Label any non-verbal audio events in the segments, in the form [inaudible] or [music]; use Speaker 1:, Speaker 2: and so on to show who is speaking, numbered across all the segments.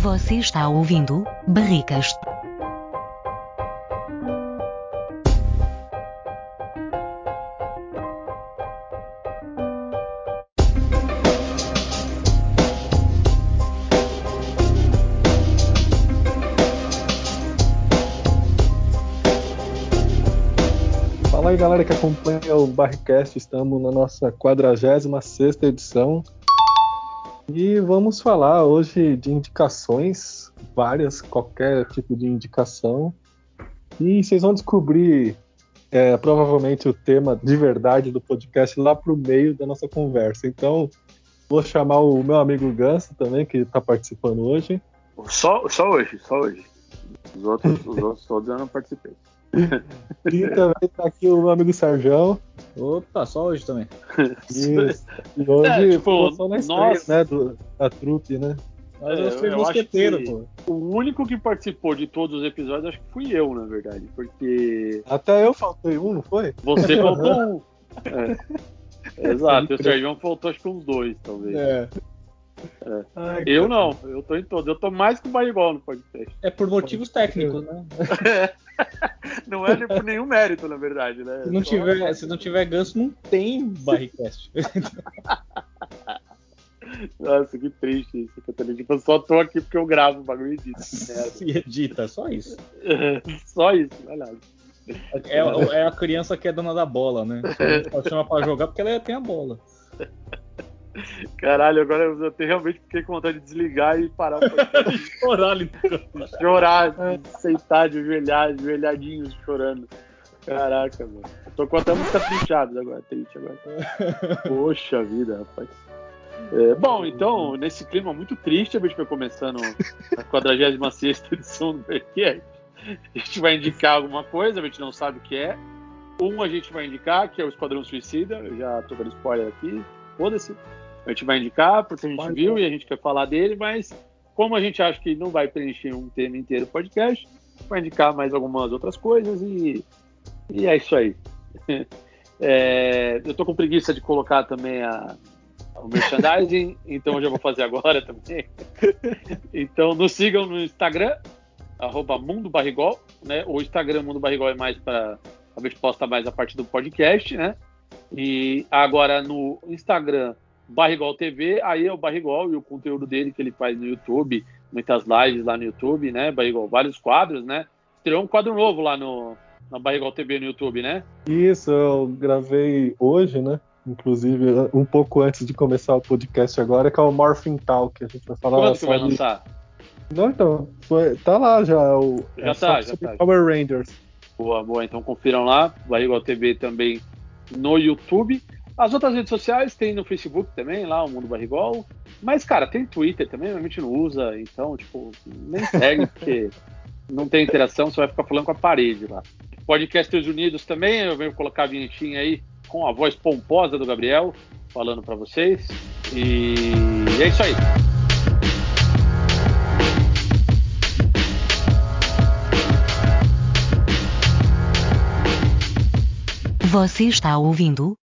Speaker 1: Você está ouvindo Barricas.
Speaker 2: Fala aí, galera que acompanha o Barricast. Estamos na nossa 46ª edição. E vamos falar hoje de indicações, várias, qualquer tipo de indicação. E vocês vão descobrir é, provavelmente o tema de verdade do podcast lá pro meio da nossa conversa. Então, vou chamar o meu amigo Ganso também, que está participando hoje.
Speaker 3: Só, só hoje, só hoje. Os
Speaker 4: [laughs]
Speaker 3: outros, os outros todos eu não participei.
Speaker 2: E também tá aqui o meu amigo Sarjão.
Speaker 4: Opa, só hoje também.
Speaker 2: E, e hoje
Speaker 3: É, tipo,
Speaker 2: ficou só na estreia,
Speaker 3: nossa.
Speaker 2: né, do- da trupe, né?
Speaker 4: Mas
Speaker 3: É,
Speaker 4: eu fui
Speaker 3: eu
Speaker 4: mosqueteiro,
Speaker 3: acho que-
Speaker 4: pô.
Speaker 3: O único que participou de todos os episódios acho que fui eu, na verdade, porque
Speaker 2: Até eu faltei um, não foi?
Speaker 3: você faltou um. [laughs] É. Exato, e o
Speaker 2: crer.
Speaker 3: Sérgio faltou acho que uns dois, talvez.
Speaker 4: É,
Speaker 2: Ai,
Speaker 3: Eu não, eu tô em todos, eu tô mais que o Barigol no podcast.
Speaker 4: é por motivos técnicos, né?
Speaker 3: Não é por nenhum mérito, na verdade, né?
Speaker 4: Se não tiver, se não tiver ganso, não tem barricast.
Speaker 3: [laughs] É. Nossa, que triste isso, Catarina. Tipo, eu só tô aqui porque eu gravo o bagulho e disso. que merda.
Speaker 4: [laughs] Se edita, só isso.
Speaker 3: [laughs] Só isso, vai lá.
Speaker 4: É, é a criança que é dona da bola, né? Ela chama pra jogar porque ela tem a bola.
Speaker 3: Caralho, agora eu até realmente fiquei com vontade de desligar e parar o podcast.
Speaker 4: Caralho,
Speaker 3: chorar, sentar, de ajoelhar, ajoelhadinho, chorando. Caraca, mano. Tô com até música pinchada agora, triste agora. Poxa vida, rapaz. É, bom, então, nesse clima muito triste, a gente vai começando a 46 edição do Berkett. A gente vai indicar alguma coisa, a gente não sabe o que é. Um a gente vai indicar, que é o Esquadrão Suicida, eu já tô dando spoiler aqui, foda-se. A gente vai indicar, porque a gente
Speaker 2: Pode.
Speaker 3: viu e a gente quer falar dele, mas como a gente acha que não vai preencher um tema inteiro o podcast, vai indicar mais algumas outras coisas e, e é isso aí. [laughs] É, eu tô com preguiça de colocar também a, o merchandising, então eu já vou fazer agora também. Então nos sigam no Instagram, arroba Mundo Barrigol, né? O Instagram Mundo Barrigol é mais para a gente posta mais a parte do podcast, né? E agora no Instagram Barrigol TV, aí é o Barrigol e o conteúdo dele que ele faz no YouTube, muitas lives lá no YouTube, né? Barrigol, vários quadros, né? Estreou um quadro novo lá no na Barrigol TV no YouTube, né?
Speaker 2: Isso, eu gravei hoje, né? Inclusive, um pouco antes de começar o podcast agora, que é o Morphin Talk. A gente vai falar
Speaker 3: Quando que vai
Speaker 2: sobre-
Speaker 3: lançar?
Speaker 2: Não, então, foi- tá lá já. O,
Speaker 3: Já
Speaker 2: é
Speaker 3: tá,
Speaker 2: só
Speaker 3: já
Speaker 2: sobre
Speaker 3: tá.
Speaker 2: Power Rangers.
Speaker 3: Boa, boa. Então confiram lá, Barrigol TV também no YouTube. As outras redes sociais tem no Facebook também, lá o Mundo Barrigol. Mas, cara, tem Twitter também, realmente não usa, então, tipo, nem segue, porque não tem interação, você vai ficar falando com a parede lá. Podcasters Unidos também, eu venho colocar a vinhetinha aí com a voz pomposa do Gabriel falando pra vocês. E é isso aí.
Speaker 1: Você está ouvindo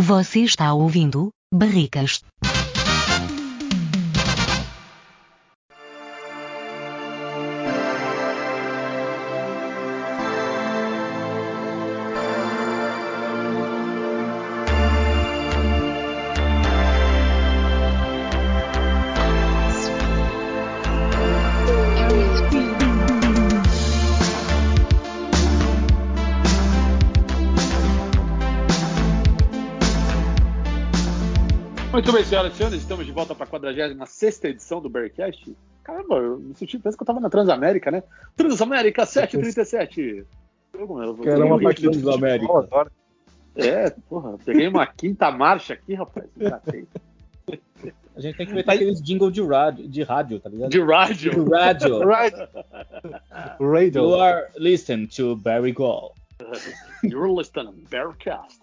Speaker 1: Você está ouvindo Barricas.
Speaker 3: Muito bem, senhoras e senhores, estamos de volta para a 46 edição do Bearcast. Caramba, eu me senti, parece que eu tava na Transamérica, né? Transamérica 737! Eu, como eu-
Speaker 2: Que era uma
Speaker 3: eu-
Speaker 2: partida
Speaker 4: Unidos da
Speaker 3: [laughs]
Speaker 4: América.
Speaker 2: futebol agora. [laughs]
Speaker 3: É, porra, peguei uma quinta marcha aqui, rapaz. me catei.
Speaker 4: A gente tem que inventar aqueles jingle de rádio, de rádio,
Speaker 3: [laughs]
Speaker 4: tá ligado?
Speaker 3: De rádio.
Speaker 4: De rádio. You
Speaker 2: Radio.
Speaker 4: are listening to Barry Gold.
Speaker 3: You're listening, Bearcast.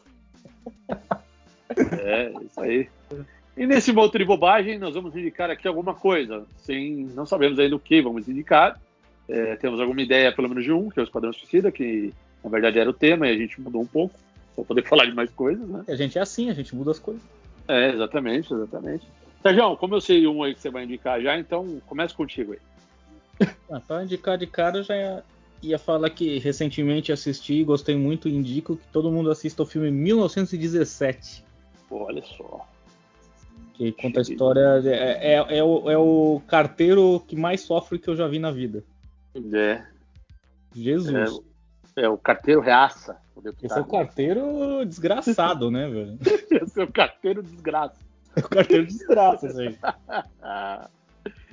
Speaker 3: É, isso aí. E nesse monte de bobagem, nós vamos indicar aqui alguma coisa. Sem, não sabemos ainda o que vamos indicar. É, temos alguma ideia, pelo menos de um, que é o Esquadrão Suicida, que na verdade era o tema e a gente mudou um pouco, para poder falar de mais coisas, né?
Speaker 4: A gente é assim, a gente muda as coisas.
Speaker 3: É, exatamente, exatamente. Sérgio, como eu sei um aí que você vai indicar já, então começa contigo aí.
Speaker 4: Ah, pra indicar de cara, eu já ia falar que recentemente assisti, gostei muito e indico que todo mundo assista o filme 1917,
Speaker 3: Pô, olha só.
Speaker 4: que conta a história. de- É, é- é o, é o carteiro que mais sofre que eu já vi na vida.
Speaker 3: É,
Speaker 4: Jesus.
Speaker 3: é tá. o carteiro reaça. O
Speaker 4: Esse é o
Speaker 3: deputado.
Speaker 4: carteiro desgraçado, né, velho? [laughs]
Speaker 3: [laughs] Esse é o carteiro desgraça.
Speaker 4: É o carteiro desgraça, isso aí.
Speaker 3: Ah,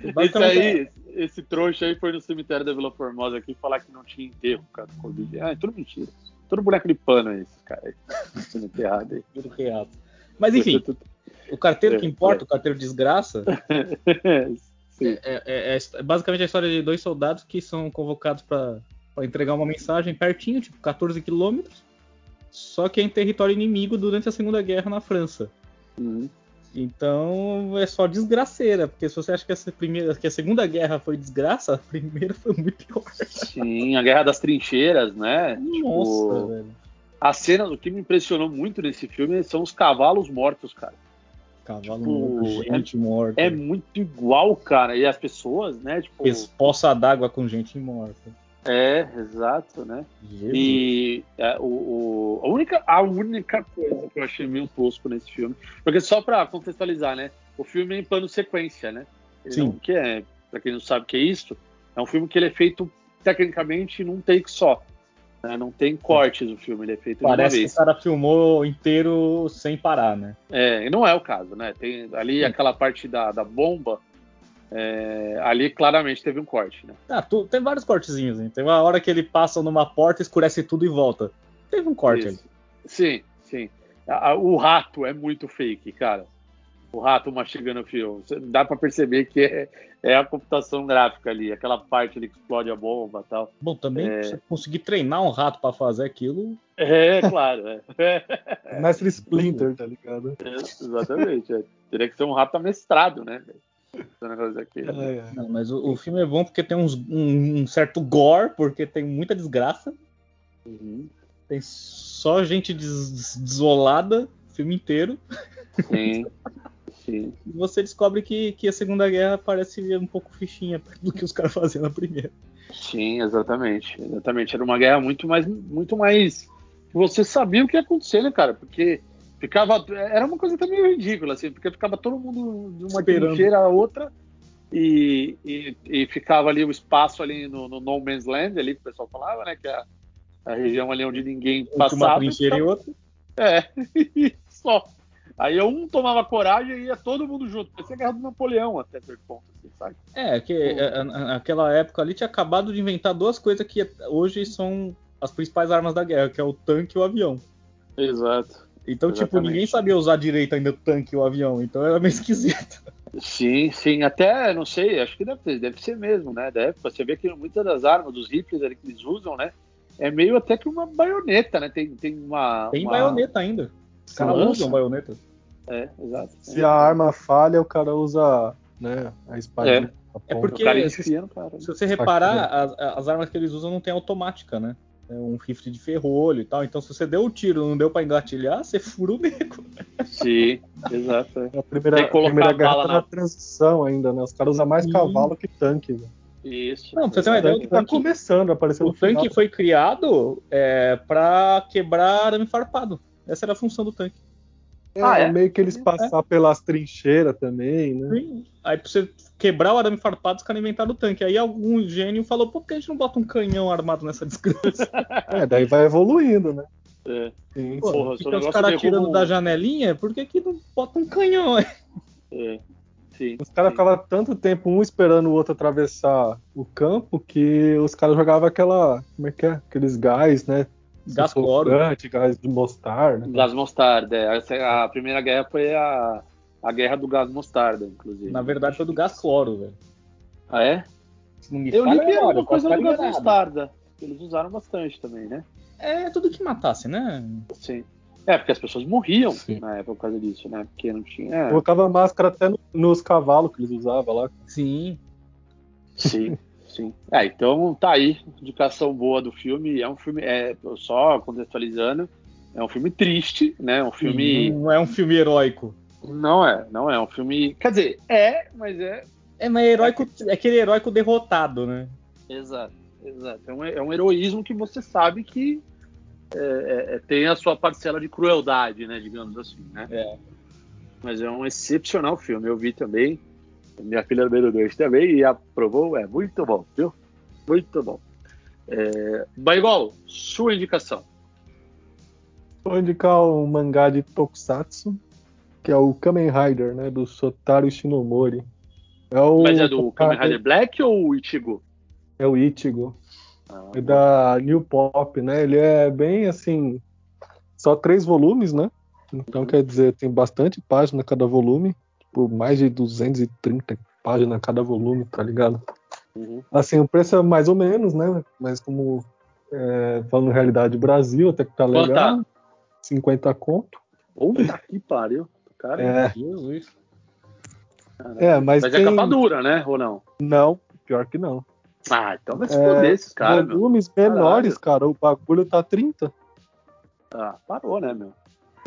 Speaker 3: esse
Speaker 4: Basicamente, é
Speaker 3: aí, esse- esse trouxa aí foi no cemitério da Vila Formosa aqui falar que não tinha enterro, cara, do Covid. Ah, é tudo mentira. Todo boneco de pano é esse, cara. aí, Sendo enterrado aí. é
Speaker 4: é tudo real. Mas enfim,
Speaker 3: [laughs]
Speaker 4: o carteiro que importa, o carteiro desgraça,
Speaker 3: Sim.
Speaker 4: é, é- é basicamente a história de dois soldados que são convocados para entregar uma mensagem pertinho, tipo 14 quilômetros, só que é em território inimigo durante a Segunda Guerra na França.
Speaker 3: Uhum.
Speaker 4: Então é só desgraceira, porque se você acha que, essa primeira, que a Segunda Guerra foi desgraça, a primeira foi muito
Speaker 3: [laughs]
Speaker 4: pior.
Speaker 3: Sim, a Guerra das Trincheiras, né?
Speaker 4: Nossa, velho.
Speaker 3: A cena, o que me impressionou muito nesse filme são os cavalos mortos, cara.
Speaker 4: Cavalo
Speaker 3: tipo,
Speaker 4: morto, gente morta.
Speaker 3: É muito igual, cara. E as pessoas, né? Tipo,
Speaker 4: Fez poça d'água com gente morta.
Speaker 3: é, exato, né?
Speaker 4: Jesus.
Speaker 3: E é, o, o- a, única, a única coisa que eu achei meio tosco nesse filme, porque só pra contextualizar, né? O filme é em plano sequência, né? Ele
Speaker 4: Sim.
Speaker 3: não- que é, pra quem não sabe o que é isso, é um filme que ele é feito tecnicamente num take só. né, Não tem cortes o filme, ele é feito de
Speaker 4: Parece que
Speaker 3: uma
Speaker 4: o
Speaker 3: vez.
Speaker 4: cara filmou inteiro sem parar, né?
Speaker 3: É, e não é o caso, né? Tem ali aquela parte da, da bomba, é, ali claramente teve um corte, né?
Speaker 4: Ah, tu- tem vários cortezinhos, hein? Tem uma hora que ele passa numa porta, escurece tudo e volta. Teve um corte ali.
Speaker 3: Isso. Sim, sim. A- a- o rato é muito fake, cara. O rato mastigando o fio. Cê- Dá pra perceber que é, é a computação gráfica ali, aquela parte ali que explode a bomba e tal.
Speaker 4: Bom, também
Speaker 3: É.
Speaker 4: você conseguir treinar um rato pra fazer aquilo.
Speaker 3: É, claro. É,
Speaker 2: Mestre Splinter, tá ligado?
Speaker 3: É, exatamente. é. Teria que ser um rato amestrado, né? velho? Esse negócio daquele.
Speaker 2: É, é.
Speaker 4: Não, mas o, o filme é bom porque tem uns- um, um certo gore, porque tem muita desgraça.
Speaker 3: Uhum.
Speaker 4: Tem só gente des- des- desolada o filme inteiro.
Speaker 3: Sim, sim.
Speaker 4: E você descobre que, que a Segunda Guerra parece um pouco fichinha [laughs] do que os caras faziam na primeira.
Speaker 3: Sim, exatamente, exatamente. Era uma guerra muito mais, muito mais. Você sabia o que ia acontecer, né, cara? Porque ficava, era uma coisa também ridícula, assim, porque ficava todo mundo de uma
Speaker 4: Esperando.
Speaker 3: trincheira a outra e, e, e ficava ali o espaço ali no, no No Man's Land, ali que o pessoal falava, né, que é a, a região ali onde ninguém
Speaker 4: Entre uma
Speaker 3: passava.
Speaker 4: trincheira e
Speaker 3: então-
Speaker 4: outra.
Speaker 3: [laughs] é, só. Aí um tomava coragem e ia todo mundo junto. Parecia a guerra do Napoleão até certo ponto, assim, sabe?
Speaker 4: É, que a- a- naquela época ali tinha acabado de inventar duas coisas que hoje são as principais armas da guerra, que é o tanque e o avião.
Speaker 3: Exato.
Speaker 4: Então, tipo,
Speaker 3: Exatamente.
Speaker 4: ninguém sabia usar direito ainda o tanque e o avião, então era meio [laughs] esquisito.
Speaker 3: Sim, sim, até não sei, acho que deve, ter- deve ser mesmo, né? Da época, você vê que muitas das armas, dos rifles ali que eles usam, né? É meio até que uma baioneta, né? Tem, tem uma.
Speaker 4: Tem
Speaker 3: uma...
Speaker 4: baioneta ainda. Os caras
Speaker 3: lança?
Speaker 4: usam baioneta.
Speaker 3: É, exato.
Speaker 2: Se a arma falha, o cara usa né, a espadinha. a
Speaker 4: É
Speaker 2: ponta.
Speaker 4: porque-
Speaker 3: o cara enfia no cara. né?
Speaker 4: Se você reparar, as, as armas que eles usam não tem automática, né? É um rifle de ferrolho e tal. Então, se você deu o tiro e não deu pra engatilhar, você fura o nego.
Speaker 3: Sim, exato. é.
Speaker 2: A
Speaker 3: Tem
Speaker 2: primeira,
Speaker 3: que
Speaker 2: a
Speaker 3: colocar
Speaker 2: primeira
Speaker 3: a
Speaker 2: guerra
Speaker 3: bala
Speaker 2: tá
Speaker 3: na-
Speaker 2: na transição ainda, né? Os caras usam mais
Speaker 4: Sim.
Speaker 2: cavalo que tanque. Né?
Speaker 3: Isso.
Speaker 4: Não, pra você ter uma
Speaker 2: O
Speaker 4: ideia,
Speaker 2: tanque
Speaker 4: o
Speaker 2: tá
Speaker 4: tanque-
Speaker 2: começando, apareceu
Speaker 4: O
Speaker 2: no final.
Speaker 4: tanque foi criado é, pra quebrar arame farpado. Essa era a função do tanque.
Speaker 2: É,
Speaker 3: Ah, é?
Speaker 2: meio que eles passar pelas trincheiras também, né?
Speaker 4: Sim. Aí pra você quebrar o arame farpado, os caras inventaram o tanque. Aí algum gênio falou, pô, por que a gente não bota um canhão armado nessa desgraça?
Speaker 2: É, daí vai evoluindo, né?
Speaker 3: É.
Speaker 2: Sim,
Speaker 3: [laughs] Porra, seu
Speaker 4: Pô, fica Então, os
Speaker 3: negócio
Speaker 4: caras
Speaker 3: derruba
Speaker 4: atirando
Speaker 3: um-
Speaker 4: da janelinha, por que que não bota um canhão? aí?
Speaker 3: é, Sim.
Speaker 2: Os caras
Speaker 3: sim.
Speaker 2: ficavam tanto tempo um esperando o outro atravessar o campo que os caras jogavam aquela. Como é que é? Aqueles gás, né?
Speaker 4: Gás cloro.
Speaker 2: Sulfurante, Gás de mostarda.
Speaker 3: Das mostarda. é. Essa- A primeira guerra foi a, A guerra do gás mostarda, inclusive.
Speaker 4: Na verdade, foi do gás cloro, velho.
Speaker 3: Ah, é?
Speaker 4: Se não me
Speaker 3: Eu
Speaker 4: falha
Speaker 3: li
Speaker 4: a
Speaker 3: que era
Speaker 4: memória,
Speaker 3: uma
Speaker 4: eu
Speaker 3: coisa
Speaker 4: posso
Speaker 3: do
Speaker 4: estar
Speaker 3: gás
Speaker 4: enganado.
Speaker 3: mostarda. Eles usaram bastante também, né?
Speaker 4: É tudo que matasse, né?
Speaker 3: Sim. É, porque as pessoas morriam
Speaker 4: Sim.
Speaker 3: na época por causa disso, né? Porque não tinha. é,
Speaker 2: Colocava máscara até no- nos cavalos que eles usavam lá.
Speaker 4: Sim.
Speaker 3: Sim, sim. É, então tá aí, indicação boa do filme. É um filme, é, só contextualizando, é um filme triste, né? É um filme.
Speaker 4: Não é um filme heróico.
Speaker 3: Não é, não é. É um filme. Quer dizer, é, mas é.
Speaker 4: É, mas é heróico, é aquele heróico derrotado, né?
Speaker 3: Exato, exato. É um, é um heroísmo que você sabe que é, é, é, tem a sua parcela de crueldade, né? Digamos assim, né?
Speaker 4: É.
Speaker 3: Mas é um excepcional filme. Eu vi também. Minha filha número 2 também e aprovou. É muito bom, viu? Muito bom. É, Baigol, sua indicação.
Speaker 2: Vou indicar um mangá de Tokusatsu, que é o Kamen Rider, né? Do Sotaro Shinomori. É o
Speaker 3: Mas é do Kamen Rider Black ou o Ichigo?
Speaker 2: É o Ichigo.
Speaker 3: Ah,
Speaker 2: É da New Pop, né? Ele é bem assim. Só três volumes, né?
Speaker 3: Uhum.
Speaker 2: Então quer dizer, tem bastante página cada volume. Tipo, mais de 230 páginas cada volume, tá ligado?
Speaker 3: Uhum.
Speaker 2: Assim, o preço é mais ou menos, né? Mas como é, falando realidade Brasil, até que tá
Speaker 3: Quanto
Speaker 2: legal. 50 conto.
Speaker 3: Puta que pariu. Cara,
Speaker 2: É.
Speaker 4: Jesus.
Speaker 2: É, mas,
Speaker 3: Mas é
Speaker 2: tem...
Speaker 3: capa dura, né? Ou não?
Speaker 2: Não, pior que não.
Speaker 3: Ah, então vai se
Speaker 2: É,
Speaker 3: foder esses caras, meu.
Speaker 2: Volumes menores, cara. O bagulho tá 30.
Speaker 3: Ah, parou, né, meu?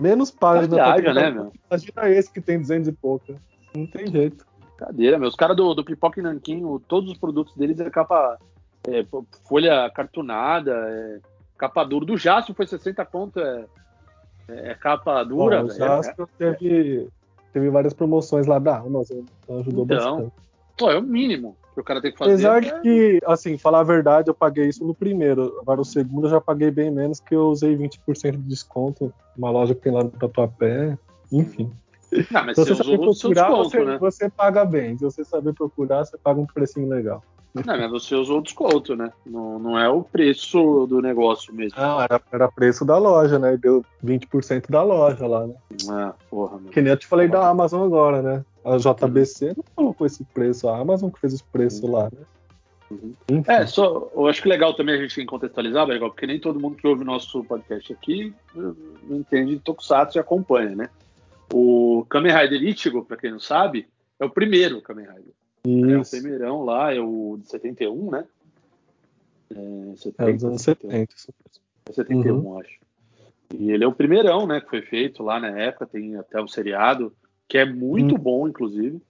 Speaker 2: Menos página. pra
Speaker 3: Verdade,
Speaker 2: cada
Speaker 3: né,
Speaker 2: um.
Speaker 3: meu?
Speaker 2: Imagina esse que tem 200 e pouco. Não tem jeito.
Speaker 3: Cadeira, meu. Os caras do, do Pipoca e Nanquim, o- todos os produtos deles é capa... é, pô, folha cartunada, é, capa dura. Do Jasper foi 60 conto, é, é capa dura,
Speaker 2: Ó, o
Speaker 3: velho. É,
Speaker 2: Jasper teve, teve várias promoções lá da Amazon. Então ajudou
Speaker 3: Então,
Speaker 2: bastante.
Speaker 3: Pô, é o mínimo que o cara tem que fazer.
Speaker 2: Apesar
Speaker 3: é-
Speaker 2: de que, assim, falar a verdade, eu paguei isso no primeiro. Agora o segundo eu já paguei bem menos, que eu usei 20% de desconto. Uma loja que tem lá no Tatuapé. Enfim.
Speaker 3: Não, Ah, mas
Speaker 2: Se
Speaker 3: você
Speaker 2: você saber
Speaker 3: usou o seu
Speaker 2: procurar,
Speaker 3: desconto,
Speaker 2: você,
Speaker 3: né?
Speaker 2: você paga bem. Se você saber procurar, você paga um precinho legal.
Speaker 3: Não, mas você usou o desconto, né? Não, não é o preço do negócio mesmo.
Speaker 2: Não, era, era preço da loja, né? Deu 20% da loja lá, né?
Speaker 3: Ah, porra, mano.
Speaker 2: Que nem eu te falei da Amazon agora, né? A JBC não colocou esse preço, a Amazon que fez os preços lá, né?
Speaker 3: Uhum.
Speaker 2: Enfim,
Speaker 3: É, só, eu acho que legal também a gente contextualizar, legal, porque nem todo mundo que ouve o nosso podcast aqui eh, entende de Tokusatsu e acompanha, né? O Kamen Rider Ichigo, pra quem não sabe, é o primeiro Kamen Rider. É o
Speaker 2: isso.
Speaker 3: primeirão lá, é o de 71, né? É,
Speaker 2: É, dos anos Uhum. 70. isso mesmo.
Speaker 3: É 71, acho. E ele é o primeirão, né, que foi feito lá na época, tem até um seriado, que é muito
Speaker 2: Uhum.
Speaker 3: bom, inclusive.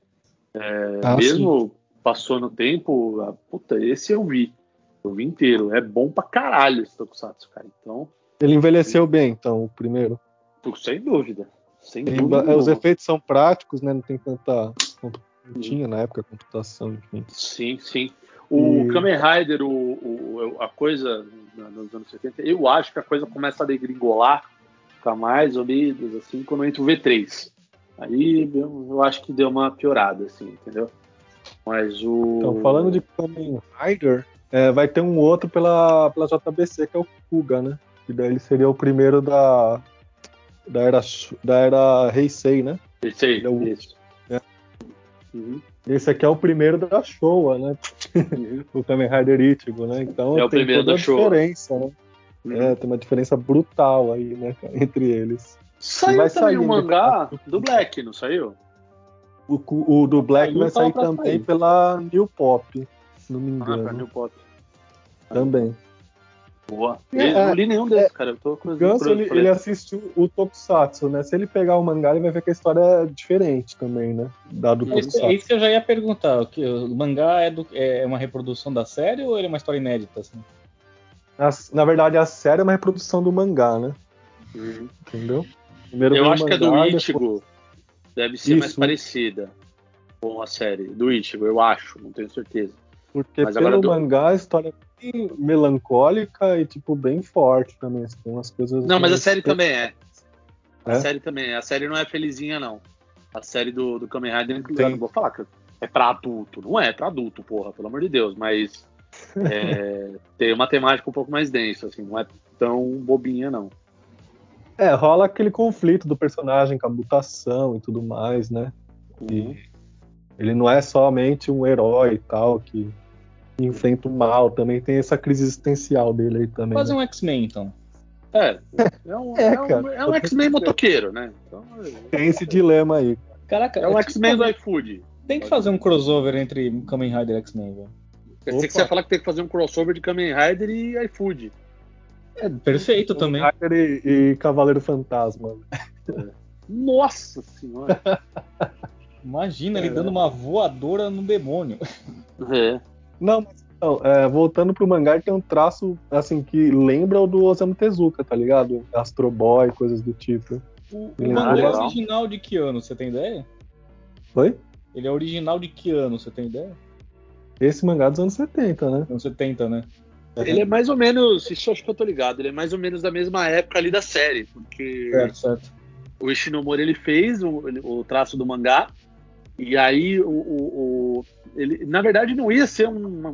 Speaker 3: É,
Speaker 2: Ah,
Speaker 3: mesmo passou no tempo, ah, puta, esse eu vi. Eu vi inteiro. É bom pra caralho esse Tokusatsu, cara. Então,
Speaker 2: Ele envelheceu bem, então, o primeiro.
Speaker 3: pô, sem dúvida. Sem
Speaker 2: Tem ba-
Speaker 3: dúvida.
Speaker 2: é, os
Speaker 3: nenhuma.
Speaker 2: efeitos são práticos, né? Não tem tanta. quanto Tinha na época computação, enfim.
Speaker 3: Sim, sim. O
Speaker 2: E-
Speaker 3: Kamen Rider, o, o- a coisa na- nos anos 70, eu acho que a coisa começa a degringolar, ficar mais ou menos assim, quando entra o V3. Aí eu, eu acho que deu uma piorada, assim, entendeu? Mas o.
Speaker 2: Então, falando de Kamen Rider, é, vai ter um outro pela, pela JBC, que é o Kuga, né? E daí ele seria o primeiro da. Da era, Shu- da era Heisei, né?
Speaker 3: Esse aí,
Speaker 2: Ele é o
Speaker 3: esse.
Speaker 2: né?
Speaker 3: Uhum.
Speaker 2: Esse aqui é o primeiro da Showa, né? o Kamen Rider Ichigo, né? Então
Speaker 3: É o
Speaker 2: tem
Speaker 3: primeiro
Speaker 2: toda
Speaker 3: da
Speaker 2: a
Speaker 3: Showa.
Speaker 2: diferença, né?
Speaker 3: Uhum.
Speaker 2: É, tem uma diferença brutal aí, né, [laughs] cara, entre eles.
Speaker 3: Saiu
Speaker 2: Vai
Speaker 3: também
Speaker 2: sair,
Speaker 3: o
Speaker 2: né?
Speaker 3: mangá do Black, não saiu?
Speaker 2: O, cu- o do Black
Speaker 4: Saiu,
Speaker 2: vai
Speaker 4: tava
Speaker 2: sair
Speaker 4: pra
Speaker 2: também
Speaker 4: sair.
Speaker 2: pela New Pop, se não me
Speaker 3: Ah, pra
Speaker 2: engano.
Speaker 3: New Pop.
Speaker 2: também.
Speaker 3: Boa.
Speaker 2: É,
Speaker 3: Eu não li nenhum desses, cara. Eu tô
Speaker 2: O
Speaker 3: curioso.
Speaker 2: Ganso, ele,
Speaker 3: curioso.
Speaker 2: ele assistiu o Tokusatsu, né? Se ele pegar o mangá, ele vai ver que a história é diferente também, né? Da do
Speaker 4: É isso, é
Speaker 2: Tokusatsu.
Speaker 4: isso que eu já ia perguntar. O, que- o mangá é, do- é uma reprodução da série ou ele é uma história inédita? assim?
Speaker 2: As- na verdade, a série é uma reprodução do mangá, né?
Speaker 3: Uhum.
Speaker 2: Entendeu? Primeiro
Speaker 3: Eu
Speaker 2: vem o
Speaker 3: acho que é
Speaker 2: mangá,
Speaker 3: do
Speaker 2: depois-
Speaker 3: Ichigo. Deve ser mais
Speaker 2: Isso.
Speaker 3: parecida com a série. Do Ichigo, eu acho, não tenho certeza.
Speaker 2: Porque
Speaker 3: Mas agora
Speaker 2: pelo
Speaker 3: do-
Speaker 2: mangá a história é bem melancólica e, tipo, bem forte também. assim, Tem umas coisas.
Speaker 3: Não, mas a
Speaker 2: assim,
Speaker 3: série também é. A
Speaker 2: É?
Speaker 3: série também é. A série não é felizinha, não. A série do, do Kamen Rider, inclusive, eu
Speaker 2: Tem.
Speaker 3: não vou falar que é pra adulto. Não é pra adulto, porra, pelo amor de Deus. Mas
Speaker 2: [laughs]
Speaker 3: é, tem uma temática um pouco mais densa, assim. Não é tão bobinha, não.
Speaker 2: É, rola aquele conflito do personagem com a mutação e tudo mais, né? E ele não é somente um herói e tal, que enfrenta o mal, também tem essa crise existencial dele aí também.
Speaker 4: Quase
Speaker 2: né?
Speaker 4: um X-Men, então.
Speaker 2: [laughs]
Speaker 3: É, é um,
Speaker 2: É,
Speaker 3: é um-
Speaker 2: cara.
Speaker 3: é um X-Men motoqueiro, né? Então,
Speaker 2: Tem esse dilema aí.
Speaker 4: Caraca,
Speaker 3: é um
Speaker 4: tem que
Speaker 2: tipo
Speaker 3: X-Men do
Speaker 4: fazer-
Speaker 3: iFood.
Speaker 4: Tem que fazer um crossover entre Kamen Rider e X-Men, velho.
Speaker 3: Quer dizer
Speaker 2: Opa.
Speaker 3: que você ia falar que tem que fazer um crossover de Kamen Rider e iFood.
Speaker 4: É, perfeito também.
Speaker 2: Rider e, e Cavaleiro Fantasma.
Speaker 3: Nossa senhora!
Speaker 4: Imagina ele dando uma voadora no demônio.
Speaker 3: é.
Speaker 2: Não, mas então, é, voltando pro mangá, tem um traço assim que lembra o do Osamu Tezuka, tá ligado? Astro Boy, coisas do tipo.
Speaker 4: O,
Speaker 2: Ah,
Speaker 4: o mangá é
Speaker 3: legal.
Speaker 4: original de que ano, você tem ideia?
Speaker 2: Foi?
Speaker 4: Ele é original de que ano, você tem ideia?
Speaker 2: Esse mangá é dos anos 70, né?
Speaker 4: Não, 70, né?
Speaker 3: Ele é mais ou menos, isso eu acho que eu tô ligado, ele é mais ou menos da mesma época ali da série, porque
Speaker 2: É.
Speaker 4: Certo, certo.
Speaker 3: o Ishinomori ele fez o, ele- o traço do mangá, e aí o, o- o- ele, na verdade não ia ser um, um,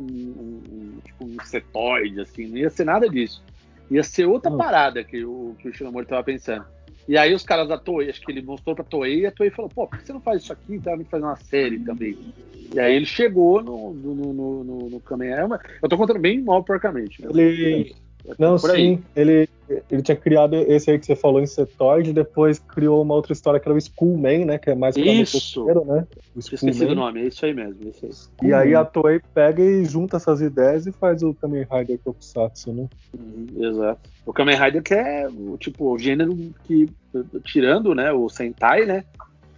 Speaker 3: um- tipo, um setoide, assim, não ia ser nada disso. Ia ser outra
Speaker 2: Não.
Speaker 3: parada que o, que o Ishinomori tava pensando. E aí os caras da Toei, acho que ele mostrou pra Toei, e a Toei falou, pô, por que você não faz isso aqui? Então, vamos fazer uma série também. E aí ele chegou no, no, no, no, no, no Kamen Rider, mas Eu tô contando bem mal, porcamente. né?
Speaker 2: Ele.
Speaker 3: Acho que
Speaker 2: Não,
Speaker 3: por aí.
Speaker 2: sim. Ele, ele tinha criado esse aí que você falou, Insetoid, depois criou uma outra história que era o Schoolman, né? Que é mais pra
Speaker 3: Isso.
Speaker 2: motoqueiro, né? O
Speaker 3: Tinha esquecido o
Speaker 2: Schoolman.
Speaker 3: nome, é isso aí mesmo. é isso aí.
Speaker 2: E aí a Toei pega e junta essas ideias e faz o Kamen Rider Tokusatsu, né?
Speaker 3: Uhum. Exato. O Kamen Rider que é o tipo o gênero que tirando, né, o Sentai, né,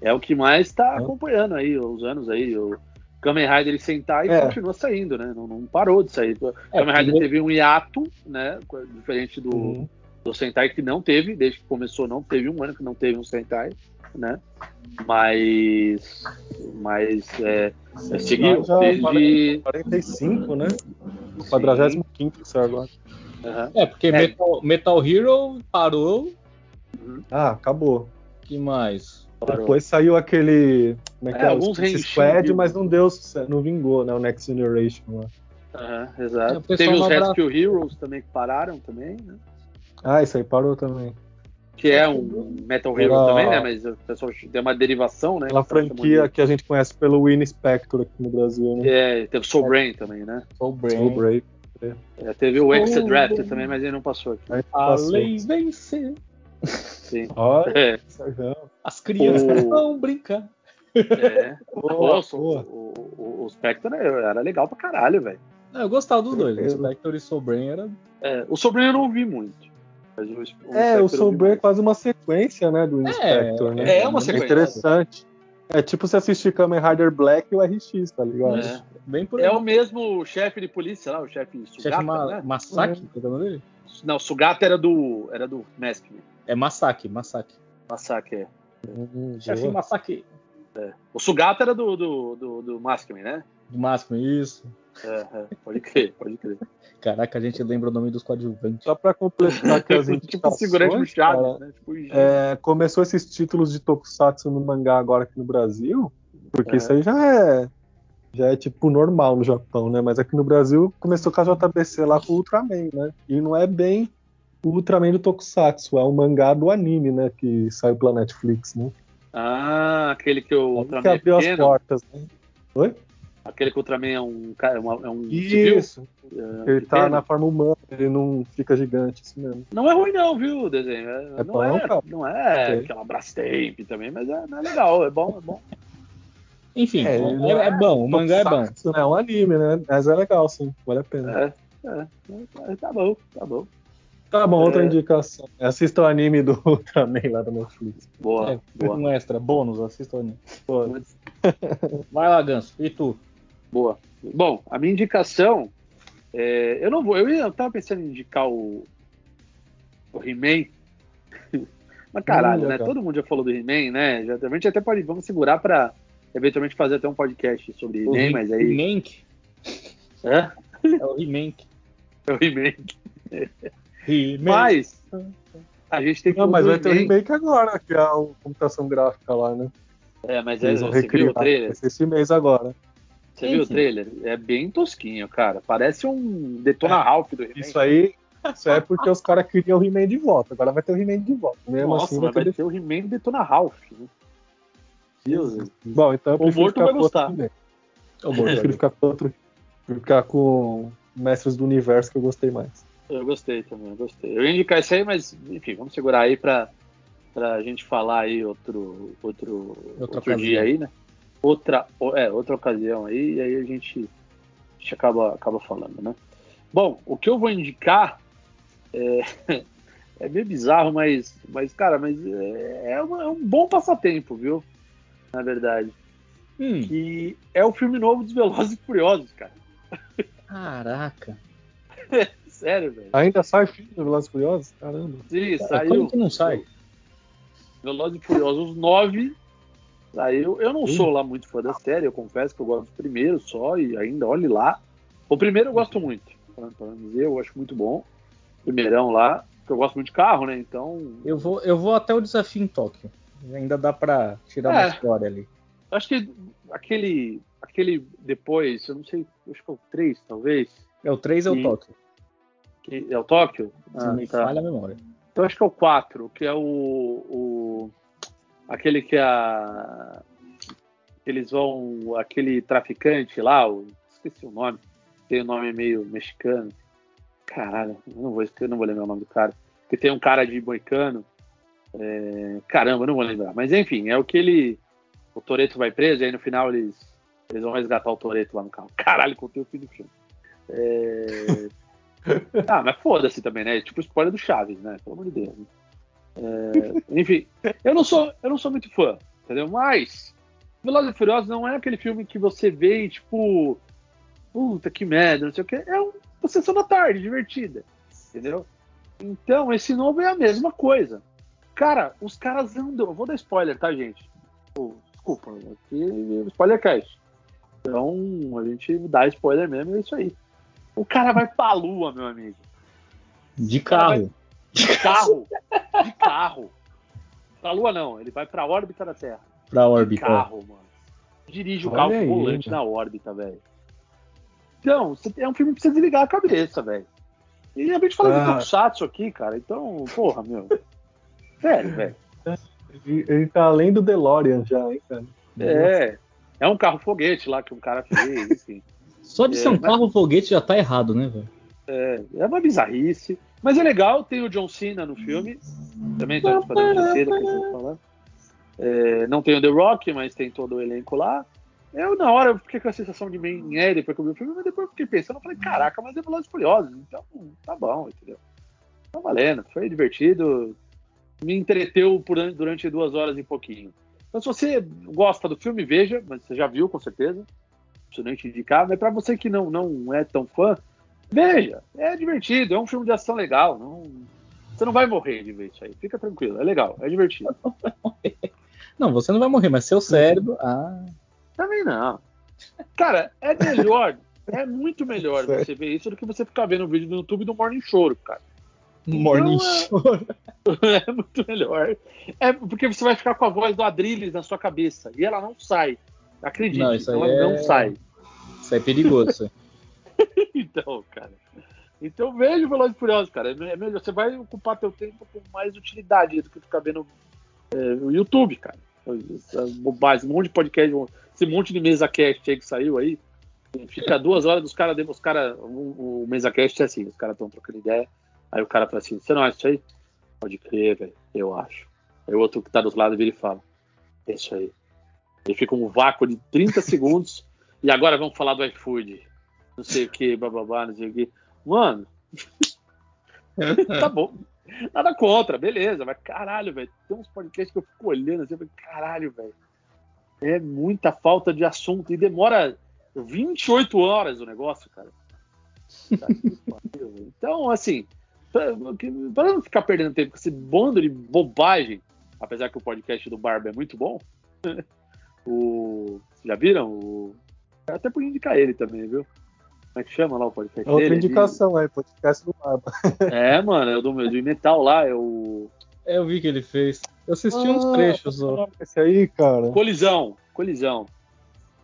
Speaker 3: é o que mais está
Speaker 2: É.
Speaker 3: acompanhando aí os anos aí. O Kamen Rider e Sentai
Speaker 2: É.
Speaker 3: continua saindo, né? Não, não parou de sair. O
Speaker 4: É,
Speaker 3: Kamen Rider
Speaker 4: primeiro-
Speaker 3: teve um hiato, né, diferente do, do Sentai que não teve, desde que começou não teve um ano que não teve um Sentai, né? Mas mas é, é, seguiu
Speaker 2: já
Speaker 3: desde
Speaker 2: 45, né? 45 que saiu agora.
Speaker 3: Aham.
Speaker 4: É, porque
Speaker 3: É.
Speaker 4: Metal, Metal Hero parou.
Speaker 2: Ah, acabou.
Speaker 4: que mais?
Speaker 3: Parou.
Speaker 2: Depois saiu aquele. Como é que
Speaker 3: É,
Speaker 2: é?
Speaker 3: alguns
Speaker 2: Space
Speaker 3: reenchidos.
Speaker 2: Squad, mas não deu, sucesso, não vingou, né? O Next Generation lá.
Speaker 3: Aham,
Speaker 4: É, o
Speaker 3: exato.
Speaker 4: pessoal
Speaker 3: Teve os
Speaker 4: não abra-
Speaker 3: Rescue Heroes também que pararam também, né?
Speaker 2: Ah, isso aí parou também.
Speaker 3: Que é um Metal Hero
Speaker 2: Era-
Speaker 3: também, né? Mas o pessoal deu uma derivação, né?
Speaker 2: Aquela
Speaker 3: Que o pessoal
Speaker 2: franquia que a gente conhece pelo Win Spectre aqui no Brasil,
Speaker 3: chamou
Speaker 2: né?
Speaker 3: de- É, teve Soul Brain também, né?
Speaker 4: Soul
Speaker 2: Soul
Speaker 4: Brain.
Speaker 2: Break.
Speaker 3: É, teve o Extra
Speaker 4: Soul
Speaker 3: Draft
Speaker 4: Brain.
Speaker 3: também, mas ele não passou aqui.
Speaker 2: Aí
Speaker 4: A
Speaker 2: passou.
Speaker 4: lei vencer. [laughs]
Speaker 3: Sim.
Speaker 2: Olha,
Speaker 3: É,
Speaker 2: Sérgio.
Speaker 4: As crianças
Speaker 3: O-
Speaker 4: vão brincar.
Speaker 3: é.
Speaker 2: Boa,
Speaker 3: Nossa, o,
Speaker 2: boa.
Speaker 3: o, o- o Spectre era legal pra caralho, velho.
Speaker 4: Não, Ah, eu gostava dos dois. O
Speaker 2: Certeza.
Speaker 4: Spectre e Soul Brain era.
Speaker 3: É, o Soul Brain eu não ouvi muito. Mas o, Sp-
Speaker 2: É,
Speaker 3: Spectre
Speaker 2: o
Speaker 3: eu
Speaker 2: Soul
Speaker 3: ouvi
Speaker 2: Break é
Speaker 3: muito.
Speaker 2: quase uma sequência, né? Do Win
Speaker 4: É,
Speaker 2: Spectre, né?
Speaker 3: é uma sequência.
Speaker 2: interessante. É tipo você assistir Kamen Rider Black e o RX, tá ligado?
Speaker 3: É.
Speaker 4: Bem por aí.
Speaker 3: É o mesmo chefe de polícia lá, o chefe Sugata,
Speaker 4: Chefe Ma
Speaker 3: né?
Speaker 4: Masaki, que é o nome dele?
Speaker 3: Não, Sugata era do, era do Mask, né?
Speaker 4: É Masaki, Masaki.
Speaker 3: Masaki, é.
Speaker 2: Hum,
Speaker 4: Chefe
Speaker 2: boa.
Speaker 4: Masaki
Speaker 3: O Sugata era do, do, do, do Maskman, né?
Speaker 4: do Máximo, isso.
Speaker 3: É, é, pode crer, pode
Speaker 2: [laughs]
Speaker 3: crer.
Speaker 4: Caraca, a gente lembra o nome dos coadjuvantes.
Speaker 2: Só pra completar aqui as
Speaker 3: [laughs] tipo segurante do
Speaker 2: indicações,
Speaker 3: Chaves,
Speaker 2: cara,
Speaker 3: né? Tipo,
Speaker 2: é, começou esses títulos de Tokusatsu no mangá agora aqui no Brasil, porque
Speaker 3: É.
Speaker 2: isso aí já é já é tipo normal no Japão, né? Mas aqui no Brasil começou com a JBC lá com o Ultraman, né? E não é bem o Ultraman do Tokusatsu, é um mangá do anime, né? Que saiu pela Netflix, né?
Speaker 3: Ah, aquele que o
Speaker 2: Aí que
Speaker 3: Ultraman é
Speaker 2: abriu as
Speaker 3: pequeno.
Speaker 2: portas, né? Oi?
Speaker 3: Aquele que o Ultraman é um cara, é uma- é um civil.
Speaker 2: Isso. Ele tá
Speaker 3: É pequeno.
Speaker 2: na forma humana, ele não fica gigante, isso mesmo.
Speaker 3: Não é ruim não, viu, o desenho. É-
Speaker 2: É
Speaker 3: não,
Speaker 2: bom,
Speaker 3: é,
Speaker 2: cara.
Speaker 3: não é
Speaker 2: Ok.
Speaker 3: aquela Brastemp também, mas é, não é legal, é bom, é bom.
Speaker 4: Enfim,
Speaker 2: É,
Speaker 4: é,
Speaker 2: ele não
Speaker 4: é bom, o mangá é bom.
Speaker 2: Tokusatsu, né? É um anime, né? Mas é legal, sim. Vale a pena.
Speaker 3: É, é, é, tá bom, tá bom.
Speaker 2: Tá bom, outra
Speaker 3: É.
Speaker 2: indicação. Assista o anime do [laughs] Ultraman lá da Netflix.
Speaker 3: Boa,
Speaker 4: É,
Speaker 3: boa,
Speaker 4: um extra, bônus, assista o anime.
Speaker 2: Pô,
Speaker 4: Vai lá, Ganso. E tu?
Speaker 3: boa. Bom, a minha indicação, é, eu não vou, eu, ia- eu tava pensando em indicar o, o He-Man. [laughs] Mas caralho,
Speaker 2: Hum,
Speaker 3: né?
Speaker 2: legal.
Speaker 3: Todo mundo já falou do He-Man, né? Já, a gente até pode, vamos segurar pra eventualmente fazer até um podcast sobre He-Man, mas aí.
Speaker 4: Remank?
Speaker 3: Hã? [laughs]
Speaker 4: É o Remank.
Speaker 3: É o He-Man.
Speaker 4: Remank.
Speaker 3: Mas a gente tem que.
Speaker 2: Não, mas vai ter o
Speaker 3: o
Speaker 2: remake agora, que é a computação gráfica lá, né?
Speaker 3: É, mas é,
Speaker 2: Eles vão
Speaker 3: você viu o
Speaker 2: recriar.
Speaker 3: trailer?
Speaker 2: Vai ser esse mês agora.
Speaker 3: Você viu o
Speaker 4: Enfim.
Speaker 3: trailer? É bem tosquinho, cara. Parece um Detona Ralph do He-Man.
Speaker 2: Isso aí Isso é porque os caras queriam o He-Man de volta. Agora vai ter o He-Man de volta. Mesmo
Speaker 3: Nossa,
Speaker 2: assim,
Speaker 3: mas
Speaker 2: vai ter
Speaker 3: vai ter o He-Man do Detona Ralph. Né? Jesus.
Speaker 2: Bom, então eu
Speaker 3: O morto vai
Speaker 2: com outro
Speaker 3: gostar.
Speaker 2: He-Man. Eu
Speaker 3: [laughs]
Speaker 2: prefiro ficar com outro. prefiro Ficar com Mestres do Universo que eu gostei mais.
Speaker 3: Eu gostei também, eu gostei. Eu ia indicar isso aí, mas enfim, vamos segurar aí pra, pra gente falar aí outro, outro,
Speaker 4: Outra
Speaker 3: outro
Speaker 4: ocasião.
Speaker 3: dia aí, né? Outra, o- é, outra ocasião aí, e aí a gente, a gente acaba, acaba falando, né? Bom, o que eu vou indicar é, [laughs] é meio bizarro, mas, mas cara, mas é, é uma- é um bom passatempo, viu? Na verdade.
Speaker 4: Hum,
Speaker 3: Que é o filme novo dos Velozes e Furiosos, cara.
Speaker 4: caraca.
Speaker 3: Sério, velho.
Speaker 2: Ainda sai filme do Velozes e Furiosos? Caramba.
Speaker 3: Sim,
Speaker 4: Cara,
Speaker 3: saiu.
Speaker 4: Como que não sai?
Speaker 3: Velozes e Furiosos 9 saiu. Eu não
Speaker 2: Sim.
Speaker 3: sou lá muito fã da série, eu confesso que eu gosto do primeiro só e ainda olhe lá. O primeiro eu gosto muito, pra- pra dizer, eu acho muito bom. Primeirão lá, porque eu gosto muito de carro, né? Então,
Speaker 4: Eu vou, eu vou até o desafio em Tóquio. Ainda dá pra tirar uma
Speaker 3: É.
Speaker 4: história ali.
Speaker 3: acho que aquele aquele depois, eu não sei, acho que é o 3, talvez,
Speaker 4: É o 3 é o
Speaker 3: Sim.
Speaker 4: Tóquio.
Speaker 3: que é o Tóquio.
Speaker 4: Se
Speaker 3: Ah,
Speaker 4: me
Speaker 3: tá.
Speaker 4: falha a memória.
Speaker 3: Então acho que é o 4, que é o, o- aquele que a eles vão aquele traficante lá, o- esqueci o nome, tem o nome meio mexicano. Caralho, eu não vou eu não vou lembrar o nome do cara, que tem um cara de boicano. É, caramba, eu não vou lembrar. Mas enfim, é o que ele o Toreto vai preso e aí no final eles eles vão resgatar o Toreto lá no carro. Caralho, contei o fim do filme. É, ah, mas foda-se também, né? Tipo spoiler do Chaves, né? Pelo amor de Deus. né? É, enfim, eu não sou, eu não sou muito fã, entendeu? Mas Velozes e Furiosos não é aquele filme que você vê e tipo, puta que merda, não sei o quê. É uma sessão da tarde, divertida, entendeu? Então esse novo é a mesma coisa. Cara, os caras andam. Eu vou dar spoiler, tá, gente? Pô, Desculpa, aqui é spoiler cast. Então a gente dá spoiler mesmo, é isso aí. O cara vai pra lua, meu amigo.
Speaker 4: De carro.
Speaker 3: De carro. De carro. Pra lua não, ele vai pra órbita da Terra.
Speaker 4: Pra
Speaker 3: De
Speaker 4: órbita.
Speaker 3: carro, mano. Dirige o
Speaker 2: Olha
Speaker 3: carro
Speaker 2: aí,
Speaker 3: volante
Speaker 2: mano.
Speaker 3: na órbita, velho. Então, você- é um filme que precisa desligar a cabeça, velho. E a gente fala
Speaker 2: Ah.
Speaker 3: de Tokusatsu aqui, cara. Então, porra,
Speaker 2: [laughs]
Speaker 3: meu. Sério, velho.
Speaker 2: Ele, ele tá além do DeLorean já, hein, cara?
Speaker 3: É. É um carro foguete lá que um cara fez, enfim.
Speaker 4: Só de ser um
Speaker 3: É, mas-
Speaker 4: carro foguete já tá errado, né, velho?
Speaker 3: É uma bizarrice. Mas é legal, tem o John Cena no filme. Também tá disparando de cedo, que eu vou falar. É, não tem o The Rock, mas tem todo o elenco lá. Eu, na hora, eu fiquei com a sensação de meio em depois que eu vi o filme, mas depois eu fiquei pensando, eu falei, caraca, mas é Velozes e Furiosos, então tá bom, entendeu? Tá valendo, foi divertido, me entreteu por- durante duas horas e pouquinho. Então, se você gosta do filme, veja, mas você já viu, com certeza, não preciso nem te indicar, mas pra você que não, não é tão fã, veja, é divertido, é um filme de ação legal, não... você não vai morrer de ver isso aí, fica tranquilo, é legal, é divertido.
Speaker 4: Não, você não vai morrer, mas seu cérebro. Ah.
Speaker 3: Também não. Cara, é melhor, é muito melhor
Speaker 2: Sério?
Speaker 3: você ver isso do que você ficar vendo um vídeo no YouTube do Morning Choro, cara. [laughs]
Speaker 4: Morning
Speaker 3: Então, é-
Speaker 4: Show.
Speaker 3: É muito melhor. É porque você vai ficar com a voz do Adrilles na sua cabeça e ela não sai. Acredite,
Speaker 4: Não, isso aí
Speaker 3: ela
Speaker 4: é-
Speaker 3: não sai.
Speaker 4: Isso é [laughs] perigoso.
Speaker 3: Então, cara. Então veja o Velozes e Furiosos, cara. É me- é melhor. Você vai ocupar teu tempo com mais utilidade do que ficar vendo é, o YouTube, cara. Essa bobagem, Esse monte de podcast, um, esse monte de mesa cast aí que saiu aí. Fica duas horas dos caras, os cara, o, o mesa cast é assim, os caras estão trocando ideia. Aí o cara fala assim, você não acha isso aí? Pode crer, velho, eu acho. Aí o outro que tá do outro lado vira e fala, é isso aí. Aí fica um vácuo de 30 [laughs] segundos e agora vamos falar do iFood não sei o que, bababá, não sei o que. Mano, [laughs] tá bom. Nada contra, beleza, mas caralho, velho. Tem uns podcasts que eu fico olhando assim, eu falei, caralho, velho. É muita falta de assunto e demora 28 horas o negócio, cara. [laughs] Tá que pariu, velho. Então, assim, pra pra não ficar perdendo tempo com esse bando de bobagem, apesar que o podcast do Barba é muito bom, [laughs] o... já viram? O... Eu até podia indicar ele também, viu? Como é que chama lá o podcast?
Speaker 2: É outra
Speaker 3: dele?
Speaker 2: indicação aí, podcast do Barba.
Speaker 3: É, mano, é o do, do metal lá, é o.
Speaker 4: eu vi que ele fez. Eu assisti uns
Speaker 2: Ah,
Speaker 4: trechos, ó.
Speaker 2: Esse aí, cara.
Speaker 3: Colisão, colisão.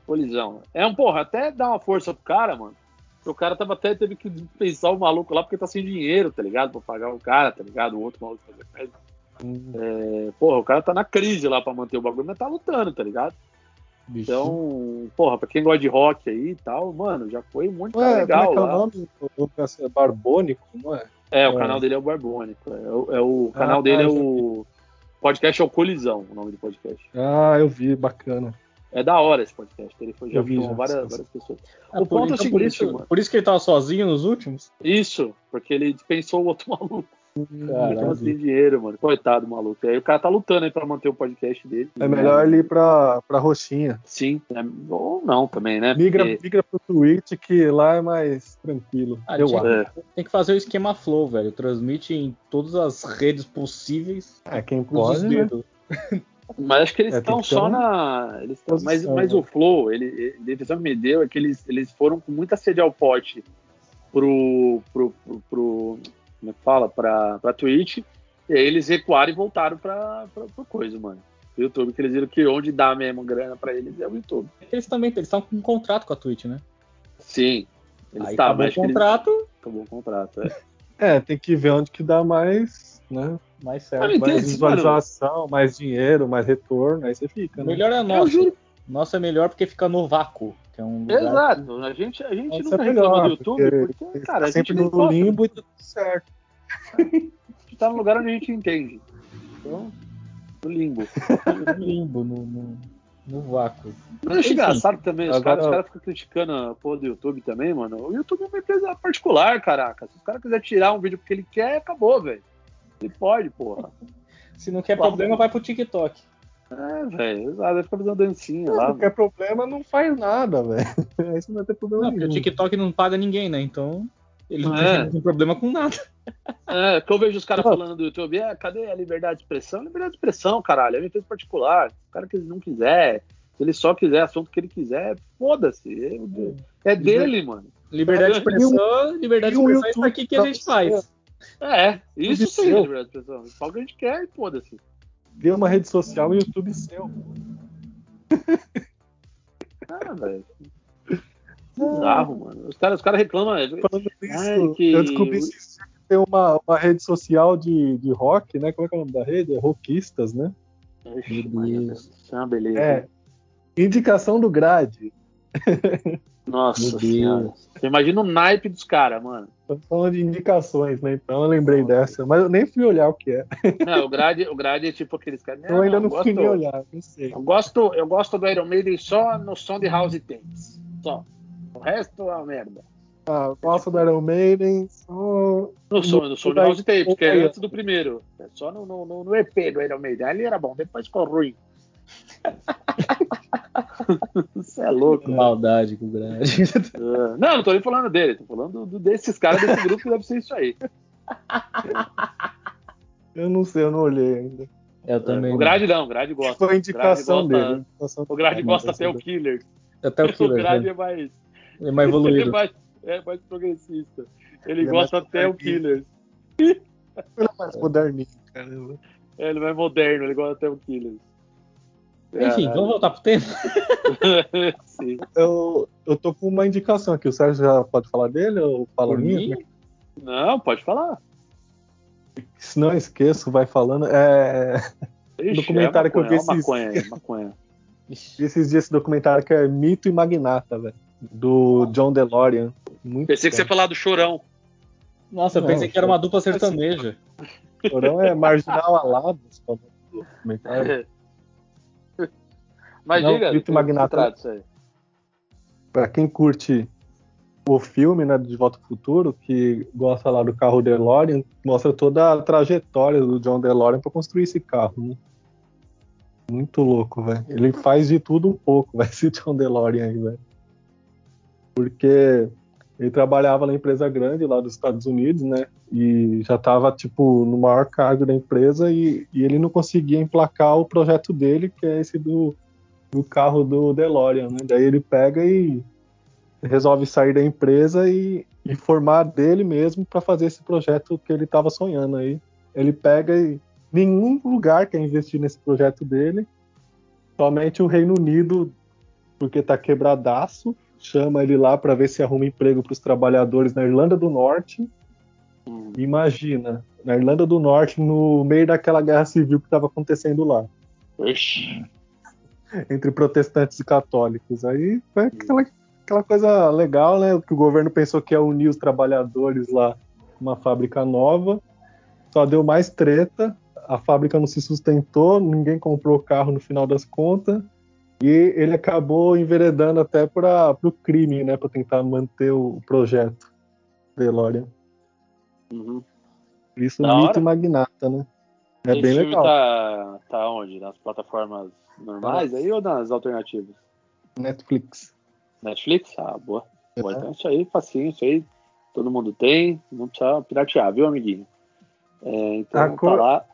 Speaker 3: Colisão. É um, porra, até dá uma força pro cara, mano. O cara tava até teve que pensar o maluco lá porque tá sem dinheiro, tá ligado? Pra pagar o cara, tá ligado? O outro maluco fazer festa.
Speaker 2: Hum.
Speaker 3: É, porra, o cara tá na crise lá pra manter o bagulho, mas tá lutando, tá ligado?
Speaker 4: Bicho.
Speaker 3: Então, porra, pra quem gosta de rock aí e tal, mano, já foi um monte de cara
Speaker 2: Ué, como é
Speaker 3: legal
Speaker 2: que é o
Speaker 3: lá.
Speaker 2: nome? O Lucas é Barbônico, não é?
Speaker 3: É, o
Speaker 2: É.
Speaker 3: canal dele é o Barbônico. É, o- é o o
Speaker 2: Ah,
Speaker 3: canal dele é
Speaker 2: já
Speaker 3: o. Podcast é o Colisão, o nome do podcast.
Speaker 2: Ah, eu vi, bacana.
Speaker 3: É da hora esse podcast. Ele foi já
Speaker 2: Eu vi,
Speaker 3: chamou
Speaker 2: já,
Speaker 3: várias,
Speaker 2: sim,
Speaker 3: várias pessoas.
Speaker 4: Ah,
Speaker 3: o ponto é o
Speaker 4: então
Speaker 3: seguinte,
Speaker 4: por isso,
Speaker 3: mano.
Speaker 4: por isso que ele tava sozinho nos últimos?
Speaker 3: Isso, porque ele dispensou o outro [laughs] maluco. Ele tava
Speaker 2: Caralho.
Speaker 3: sem dinheiro, mano. Coitado, do maluco. Aí o cara tá lutando aí pra manter o podcast dele.
Speaker 2: É melhor ele ir pra, pra Roxinha.
Speaker 3: Sim, né? ou não também, né?
Speaker 2: Migra,
Speaker 3: Porque-
Speaker 2: migra pro Twitch, que lá é mais tranquilo.
Speaker 4: Ah,
Speaker 2: eu
Speaker 4: tinha-
Speaker 2: acho.
Speaker 3: É,
Speaker 4: Tem que fazer o esquema flow, velho. Transmite em todas as redes possíveis.
Speaker 2: É, quem
Speaker 4: Cruza os
Speaker 2: pode, né?
Speaker 4: dedos.
Speaker 3: mas acho que eles
Speaker 2: É, tem
Speaker 3: estão
Speaker 2: que ter
Speaker 3: só
Speaker 2: uma
Speaker 3: na. Eles tão- mas
Speaker 2: posição,
Speaker 3: mas
Speaker 2: né?
Speaker 3: o Flow, ele, ele, a impressão que me deu é que eles, eles foram com muita sede ao pote pro. pro, pro, pro- como é que fala? Pra, pra Twitch. E aí eles recuaram e voltaram pra, pra, pro coisa, mano. Pro YouTube, que eles viram que onde dá mesmo grana pra eles é o YouTube.
Speaker 4: Eles também eles estão com um contrato com a Twitch, né?
Speaker 3: Sim. Eles
Speaker 4: Aí
Speaker 3: tá,
Speaker 4: acabou
Speaker 3: mas
Speaker 4: o
Speaker 3: acho que eles-
Speaker 4: contrato,
Speaker 3: acabou o contrato. É.
Speaker 2: É, tem que ver onde que dá mais, né?
Speaker 4: mais
Speaker 3: Ah,
Speaker 4: certo.
Speaker 3: mas-
Speaker 2: Mais
Speaker 3: Entendi,
Speaker 2: visualização, mais dinheiro, mais retorno, aí você fica, né?
Speaker 4: Melhor é a
Speaker 3: Eu
Speaker 4: nossa.
Speaker 3: juro.
Speaker 4: Nossa é melhor porque fica no vácuo, que é um lugar
Speaker 3: Exato. A gente, a gente
Speaker 2: Isso
Speaker 3: nunca
Speaker 2: é
Speaker 3: reclama
Speaker 2: melhor,
Speaker 3: do YouTube porque,
Speaker 2: porque
Speaker 3: cara, a
Speaker 2: tá
Speaker 3: gente
Speaker 2: sempre
Speaker 3: não
Speaker 2: no
Speaker 3: gosta.
Speaker 2: limbo e tá tudo certo.
Speaker 3: A gente tá num lugar onde a gente entende. Então, no limbo.
Speaker 4: no limbo, no, no, no vácuo.
Speaker 3: Mas eu acho
Speaker 4: Enfim.
Speaker 3: engraçado também, os
Speaker 2: Agora-
Speaker 3: caras cara ficam criticando a porra do YouTube também, mano. O YouTube é uma empresa particular, caraca. Se o cara quiser tirar um vídeo porque ele quer, acabou, velho. Ele pode, porra.
Speaker 4: Se não quer
Speaker 3: Claro.
Speaker 4: problema, vai pro TikTok.
Speaker 3: É, velho. exato. Vai ficar fazendo dancinha lá.
Speaker 2: Não
Speaker 3: mano.
Speaker 2: quer problema, não faz nada, velho. [laughs] Aí você não vai ter problema
Speaker 4: Não, porque o
Speaker 2: nenhum.
Speaker 4: TikTok não paga ninguém, né? Então, ele não
Speaker 3: É.
Speaker 4: tem- não tem problema com nada.
Speaker 3: É, que eu vejo os caras
Speaker 2: Não.
Speaker 3: falando do YouTube, é, cadê a liberdade de expressão? Liberdade de expressão, caralho, é uma empresa particular. O cara que ele não quiser, se ele só quiser assunto que ele quiser, foda-se. É, é dele, mano.
Speaker 4: Liberdade de
Speaker 3: Cara,
Speaker 4: expressão, liberdade
Speaker 2: e
Speaker 4: de
Speaker 2: o
Speaker 4: expressão é isso
Speaker 2: YouTube
Speaker 4: aqui que a
Speaker 2: pra
Speaker 4: gente
Speaker 2: você?
Speaker 4: faz.
Speaker 3: É, isso
Speaker 2: Tudo
Speaker 3: sim é
Speaker 2: seu.
Speaker 3: liberdade de expressão. Fala o que a gente quer e foda-se.
Speaker 2: Dê uma rede social e o YouTube é seu.
Speaker 3: Ah, velho. Bizarro, mano. Os caras os caras reclamam. é,
Speaker 2: Falando nisso,
Speaker 3: Ai, que-
Speaker 2: eu descobri esses dias que tem uma, uma rede social de, de rock, né? Como é que é o nome da rede? É Rockistas, né?
Speaker 3: Ixi,
Speaker 4: Meu
Speaker 3: Maria,
Speaker 4: Deus.
Speaker 3: isso é uma beleza.
Speaker 2: É. Indicação do grade.
Speaker 3: Nossa
Speaker 4: Meu
Speaker 3: senhora. Você imagina o naipe dos caras, mano.
Speaker 2: Estamos falando de indicações, né? Então eu lembrei dessa, mas eu nem fui olhar o que é.
Speaker 3: Não, o grade, o grade é tipo aqueles caras.
Speaker 2: Eu ainda não
Speaker 3: gosto-
Speaker 2: fui nem olhar, não sei.
Speaker 3: Eu gosto, eu gosto do Iron Maiden só no som de House Tapes. Só. O resto é uma merda.
Speaker 2: Ah, gosto do Iron Maiden, só.
Speaker 3: No som, no som de
Speaker 2: daí-
Speaker 3: House Tapes,
Speaker 2: o
Speaker 3: que é
Speaker 2: daí-
Speaker 3: antes do primeiro. É só no, no, no- no EP do Iron Maiden. Ali era bom, depois ficou
Speaker 4: [laughs]
Speaker 3: ruim. Você é louco. mano.
Speaker 4: Maldade com o grande.
Speaker 3: Ah, Não, não tô nem falando dele, tô falando do- desses caras desse grupo que deve ser isso aí.
Speaker 2: Eu não sei, eu não olhei ainda.
Speaker 4: [laughs] Eu também.
Speaker 3: O Grade não, o Grade gosta.
Speaker 2: Foi a indicação
Speaker 3: O Grade
Speaker 2: dele.
Speaker 3: gosta-
Speaker 2: indicação
Speaker 3: O Grade
Speaker 2: dele.
Speaker 3: gosta até o Killer.
Speaker 4: Até
Speaker 3: [laughs]
Speaker 4: o
Speaker 3: o
Speaker 4: Killer.
Speaker 3: Grade
Speaker 4: né?
Speaker 3: é mais.
Speaker 4: Ele é mais
Speaker 3: Ele [laughs] é
Speaker 4: evoluído.
Speaker 3: mais, é mais progressista. Ele,
Speaker 2: Ele é
Speaker 3: gosta
Speaker 2: mais
Speaker 3: até o
Speaker 2: progressista.
Speaker 3: Killer.
Speaker 2: Ele é mais moderninho, caramba.
Speaker 3: É, Ele é mais moderno, ele gosta até o Killer.
Speaker 4: Enfim, vamos voltar pro tema.
Speaker 3: [laughs] Sim.
Speaker 2: Eu, eu tô com uma indicação aqui. O Sérgio já pode falar dele ou fala
Speaker 4: Por
Speaker 2: minha?
Speaker 4: mim,
Speaker 3: Não, pode falar.
Speaker 2: Se não eu esqueço, vai falando. É,
Speaker 3: Ixi,
Speaker 2: Documentário
Speaker 3: é
Speaker 2: que eu vi
Speaker 3: maconha,
Speaker 2: esses-
Speaker 3: É maconha, é
Speaker 2: [laughs]
Speaker 3: maconha.
Speaker 2: esses dias esse documentário que é Mito e Magnata, velho. Do John DeLorean. Muito
Speaker 3: Pensei que você ia falar do chorão.
Speaker 4: Nossa, eu
Speaker 2: Não,
Speaker 4: pensei que era uma dupla
Speaker 2: assim-
Speaker 4: sertaneja.
Speaker 2: Chorão é marginal alado. É.
Speaker 3: [laughs] Mas
Speaker 2: Não, Vitor
Speaker 3: diga,
Speaker 2: né?
Speaker 3: do que
Speaker 2: Magnata.
Speaker 3: se trata isso aí?
Speaker 2: Pra quem curte o filme, né, de Volta ao Futuro, que gosta lá do carro DeLorean, mostra toda a trajetória do John DeLorean pra construir esse carro, né? Muito louco, velho. Ele faz de tudo um pouco, [laughs] vai esse John DeLorean aí, velho. Porque ele trabalhava na empresa grande lá dos Estados Unidos, né? E já tava, tipo, no maior cargo da empresa e, e ele não conseguia emplacar o projeto dele, que é esse do, do carro do DeLorean, né? Daí ele pega e resolve sair da empresa e, e formar dele mesmo para fazer esse projeto que ele tava sonhando aí. Ele pega e nenhum lugar quer investir nesse projeto dele, somente o Reino Unido, porque tá quebradaço. chama ele lá para ver se arruma emprego para os trabalhadores na Irlanda do Norte.
Speaker 3: Hum.
Speaker 2: Imagina, na Irlanda do Norte, no meio daquela guerra civil que estava acontecendo lá,
Speaker 3: Ixi.
Speaker 2: entre protestantes e católicos. Aí foi aquela, aquela coisa legal, né? Que o governo pensou que ia unir os trabalhadores lá numa fábrica nova, só deu mais treta. A fábrica não se sustentou, ninguém comprou o carro no final das contas. E ele acabou enveredando até para o crime, né? Para tentar manter o projeto DeLorean.
Speaker 3: Uhum.
Speaker 2: Isso
Speaker 3: Da
Speaker 2: mito
Speaker 3: hora.
Speaker 2: e magnata, né? É
Speaker 3: Esse
Speaker 2: bem
Speaker 3: filme
Speaker 2: legal.
Speaker 3: Tá, tá onde? Nas plataformas
Speaker 2: Tá.
Speaker 3: normais aí ou nas alternativas?
Speaker 2: Netflix.
Speaker 3: Netflix? Ah, boa. Boa,
Speaker 2: É.
Speaker 3: então isso aí, facinho, isso aí todo mundo tem, não precisa piratear, viu, amiguinho? É, então
Speaker 2: A
Speaker 3: tá
Speaker 2: cor-
Speaker 3: lá.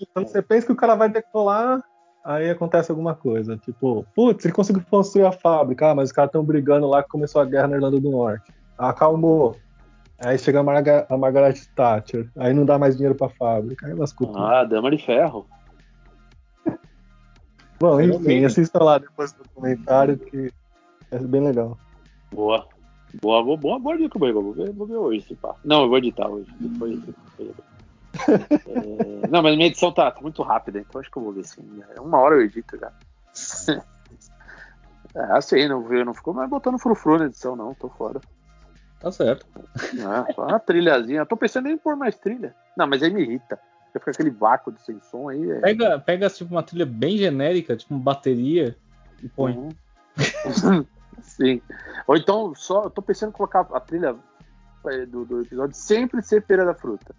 Speaker 2: Então você pensa que o cara vai decolar, aí acontece alguma coisa. Tipo, putz, ele conseguiu construir a fábrica, ah, mas os caras estão brigando lá que começou a guerra na Irlanda do Norte. Ah, Acalmou. Aí chega a, Marga- a Margaret Thatcher, aí não dá mais dinheiro pra fábrica, aí lascou tudo.
Speaker 3: Ah, Dama de Ferro.
Speaker 2: Bom,
Speaker 4: eu
Speaker 2: enfim,
Speaker 4: também.
Speaker 2: assista lá depois do comentário que é bem legal.
Speaker 3: Boa. Boa, boa, boa, boa dica, Boiva. Vou ver, vou ver hoje esse pá. Não, eu vou editar hoje. Depois, depois. É, não, mas minha edição tá, tá muito rápida, então acho que eu vou ver sim. É Uma hora eu edito já. [laughs] Ah, sim, não, eu não ficou mais botando frufru na edição, não, tô fora.
Speaker 4: Tá certo.
Speaker 3: Ah, só uma trilhazinha. Tô pensando em pôr mais trilha. Não, mas aí me irrita. Porque Fica aquele vácuo de sem som aí. É...
Speaker 4: Pega, pega tipo, uma trilha bem genérica, tipo uma bateria, e põe.
Speaker 3: Uhum. [laughs] Sim. Ou então, só, eu tô pensando em colocar a trilha eh, do, do episódio sempre ser Pera da Fruta.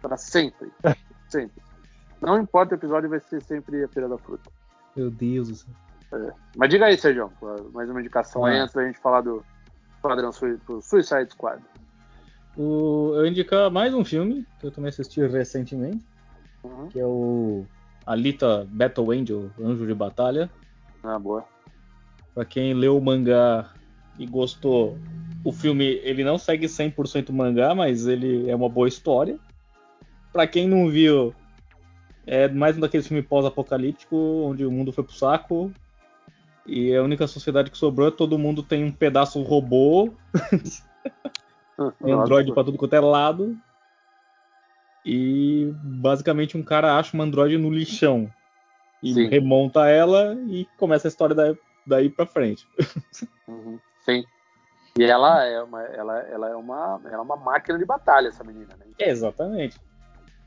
Speaker 3: Para sempre. Sempre. Não importa o episódio, vai ser sempre a Pera da Fruta.
Speaker 4: Meu Deus do céu.
Speaker 3: Mas diga aí, Sérgio, mais uma indicação aí
Speaker 4: Ah.
Speaker 3: antes da gente falar do Esquadrão Sui- do Suicide Squad.
Speaker 4: O- eu indicar mais um filme que eu também assisti recentemente,
Speaker 3: Uhum.
Speaker 4: que é o Alita Battle Angel, Anjo de Batalha.
Speaker 3: Ah, boa.
Speaker 4: Pra quem leu o mangá e gostou, o filme ele não segue 100% o mangá, mas ele é uma boa história. Pra quem não viu, é mais um daqueles filmes pós-apocalíptico onde o mundo foi pro saco e a única sociedade que sobrou é todo mundo tem um pedaço robô tem Android pra tudo quanto é lado. E basicamente um cara acha uma Android no lixão. E
Speaker 3: Sim.
Speaker 4: remonta ela e começa a história da- daí pra frente.
Speaker 3: Uhum, Sim. E ela é uma, ela, ela é uma, ela é uma máquina de batalha, essa menina, né?
Speaker 4: Exatamente.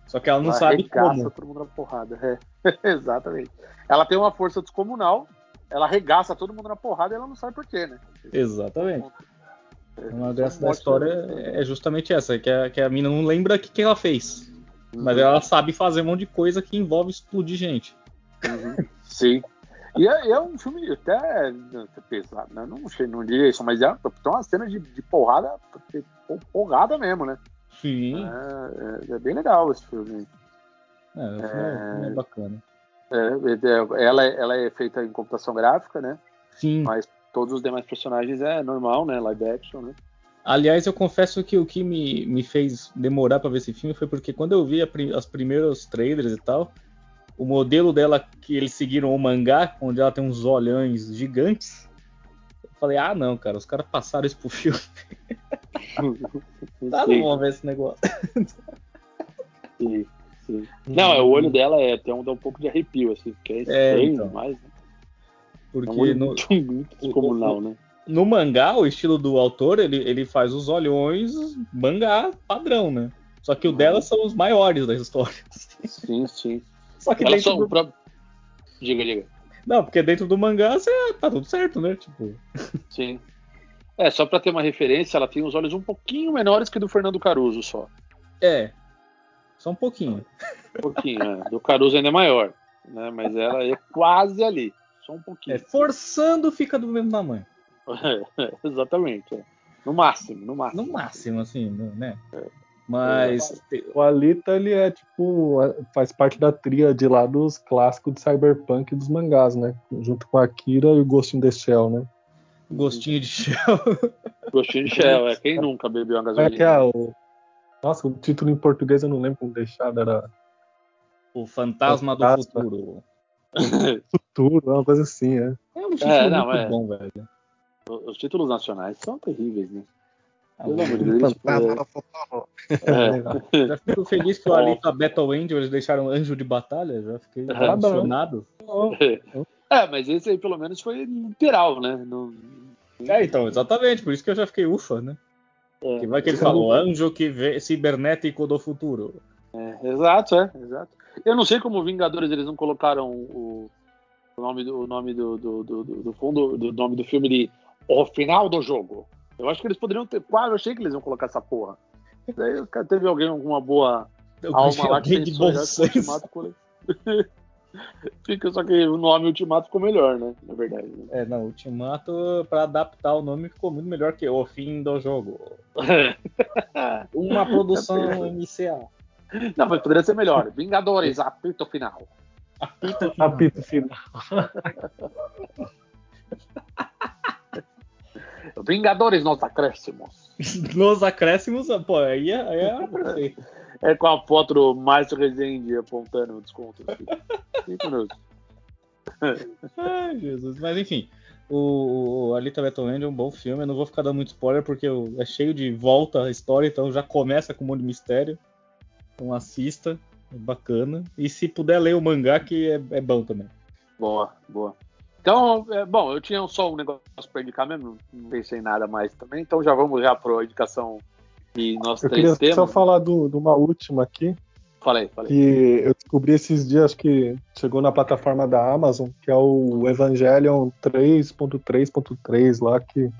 Speaker 4: Só que ela não
Speaker 3: ela
Speaker 4: sabe
Speaker 3: arregaça
Speaker 4: como.
Speaker 3: todo mundo na porrada. É. [laughs] Exatamente. Ela tem uma força descomunal, ela arregaça todo mundo na porrada e ela não sabe por quê, né?
Speaker 4: Exatamente. Uma graça da
Speaker 3: mostra-
Speaker 4: história é justamente essa, que a, que a mina não lembra o que, que ela fez. Mas ela sabe fazer um monte de coisa que envolve explodir gente.
Speaker 3: Uhum. [laughs] Sim. E é, é um filme até né, pesado, né? Não, sei, não diria isso, mas é, tem uma cena de, de porrada, porrada mesmo, né?
Speaker 4: Sim.
Speaker 3: É, é- é bem legal esse filme.
Speaker 4: É, o filme é- o filme é bacana.
Speaker 3: É, é- ela, é- ela é feita em computação gráfica, né?
Speaker 4: Sim.
Speaker 3: Mas todos os demais personagens é normal, né? Live action, né?
Speaker 4: Aliás, eu confesso que o que me, me fez demorar pra ver esse filme foi porque quando eu vi a pri- as primeiros trailers e tal, o modelo dela que eles seguiram o mangá, onde ela tem uns olhões gigantes, eu falei, ah não, cara, os caras passaram isso pro filme, [laughs] tá, não
Speaker 3: Sim,
Speaker 4: vão ver esse negócio.
Speaker 3: sim, sim.
Speaker 4: Uhum.
Speaker 3: Não, é, o olho dela é, tem um, dá um pouco de arrepio, assim, porque é estranho
Speaker 4: então.
Speaker 3: demais. Né? É um
Speaker 4: Porque
Speaker 3: olho
Speaker 4: no,
Speaker 3: muito, muito descomunal, né?
Speaker 4: no mangá, o estilo do autor, ele, ele faz os olhões mangá padrão, né? Só que o
Speaker 3: Uhum.
Speaker 4: dela são os maiores da história. [laughs]
Speaker 3: Sim, sim.
Speaker 4: Só que
Speaker 3: Ela
Speaker 4: dentro
Speaker 3: só.
Speaker 4: do-
Speaker 3: Pra... Diga, diga.
Speaker 4: Não, porque dentro do mangá você, tá tudo certo, né? Tipo,
Speaker 3: Sim. É, só pra ter uma referência, ela tem os olhos um pouquinho menores que do Fernando Caruso só.
Speaker 4: É. Só um pouquinho.
Speaker 3: Um pouquinho, é. Do Caruso ainda é maior, né? Mas ela é quase ali. Só um pouquinho.
Speaker 4: É, forçando fica do mesmo tamanho.
Speaker 3: [laughs] Exatamente. é. No máximo, no máximo.
Speaker 4: No máximo, assim, no- né?
Speaker 3: É.
Speaker 4: Mas. te-
Speaker 2: O Alita, ele é tipo, a- faz parte da tríade lá dos clássicos de cyberpunk e dos mangás, né? Junto com a Akira e o Ghost in the Shell, né?
Speaker 4: um Gostinho de chão.
Speaker 3: Gostinho de Shell, é. Quem nunca bebeu uma
Speaker 2: Como é
Speaker 3: gasolina?
Speaker 2: que é o. Nossa, o título em português eu não lembro como deixado, era
Speaker 4: O fantasma do
Speaker 2: Fantasma.
Speaker 4: futuro.
Speaker 2: Futuro, uma coisa assim, é.
Speaker 4: É um título
Speaker 3: É, não,
Speaker 4: muito
Speaker 3: é.
Speaker 4: bom, velho.
Speaker 3: o- os títulos nacionais são terríveis,
Speaker 4: [laughs]
Speaker 3: né? Pelo amor de Deus,
Speaker 2: Então,
Speaker 3: tipo,
Speaker 5: Fantasma
Speaker 3: é-
Speaker 5: da Fofarró.
Speaker 3: é,
Speaker 4: Já fico
Speaker 3: [laughs]
Speaker 4: feliz que o
Speaker 3: É.
Speaker 4: Alita Battle Angel eles deixaram anjo de batalha, já fiquei
Speaker 3: Ah,
Speaker 2: bom.
Speaker 4: emocionado.
Speaker 3: É, mas esse aí pelo menos foi literal, né? Não-
Speaker 4: É, então, exatamente, por isso que eu já fiquei ufa, né?
Speaker 3: É.
Speaker 4: Que vai que ele falou, anjo que vê cibernético do futuro.
Speaker 3: Exato, é, exato. Eu não sei como Vingadores eles não colocaram o, o nome do o nome do, do, do, do- do fundo do nome do filme de O Final do Jogo. Eu acho que eles poderiam ter. Quase eu achei que eles iam colocar essa porra. Daí os caras- teve alguém alguma boa
Speaker 4: Eu
Speaker 3: alma lá que
Speaker 4: alguém de
Speaker 3: pensou,
Speaker 4: bom
Speaker 3: já que o
Speaker 4: senso.
Speaker 3: Ultimato colo- [laughs] Fica só que o nome Ultimato ficou melhor, né? Na verdade. né?
Speaker 4: É, não, Ultimato, pra adaptar o nome, ficou muito melhor que o fim do [laughs] jogo. Uma produção inicial.
Speaker 3: Não, mas poderia
Speaker 2: [laughs]
Speaker 3: ser melhor. Vingadores, apito final.
Speaker 2: [laughs] Apito final.
Speaker 3: Vingadores nos acréscimos.
Speaker 4: Nos acréscimos, pô, aí é, aí é perfeito.
Speaker 3: É com a foto do Márcio Rezende apontando o desconto. Cinco minutos.
Speaker 4: Ai, Jesus. Mas enfim, o, o Alita Battle é um bom filme. Eu não vou ficar dando muito spoiler porque eu- é cheio de volta a história, então já começa com um monte de mistério. Então assista, é bacana. E se puder ler o mangá, que é, é bom também.
Speaker 3: Boa, boa. Então, é, bom, eu tinha só um negócio para indicar mesmo, não pensei em nada mais também, então já vamos já para a indicação que nós
Speaker 2: Eu
Speaker 3: três
Speaker 2: queria só
Speaker 3: temos.
Speaker 2: falar do- de uma última aqui,
Speaker 3: Falei, falei.
Speaker 2: que eu descobri esses dias que chegou na plataforma da Amazon, que é o Evangelion 3.3.3 lá, que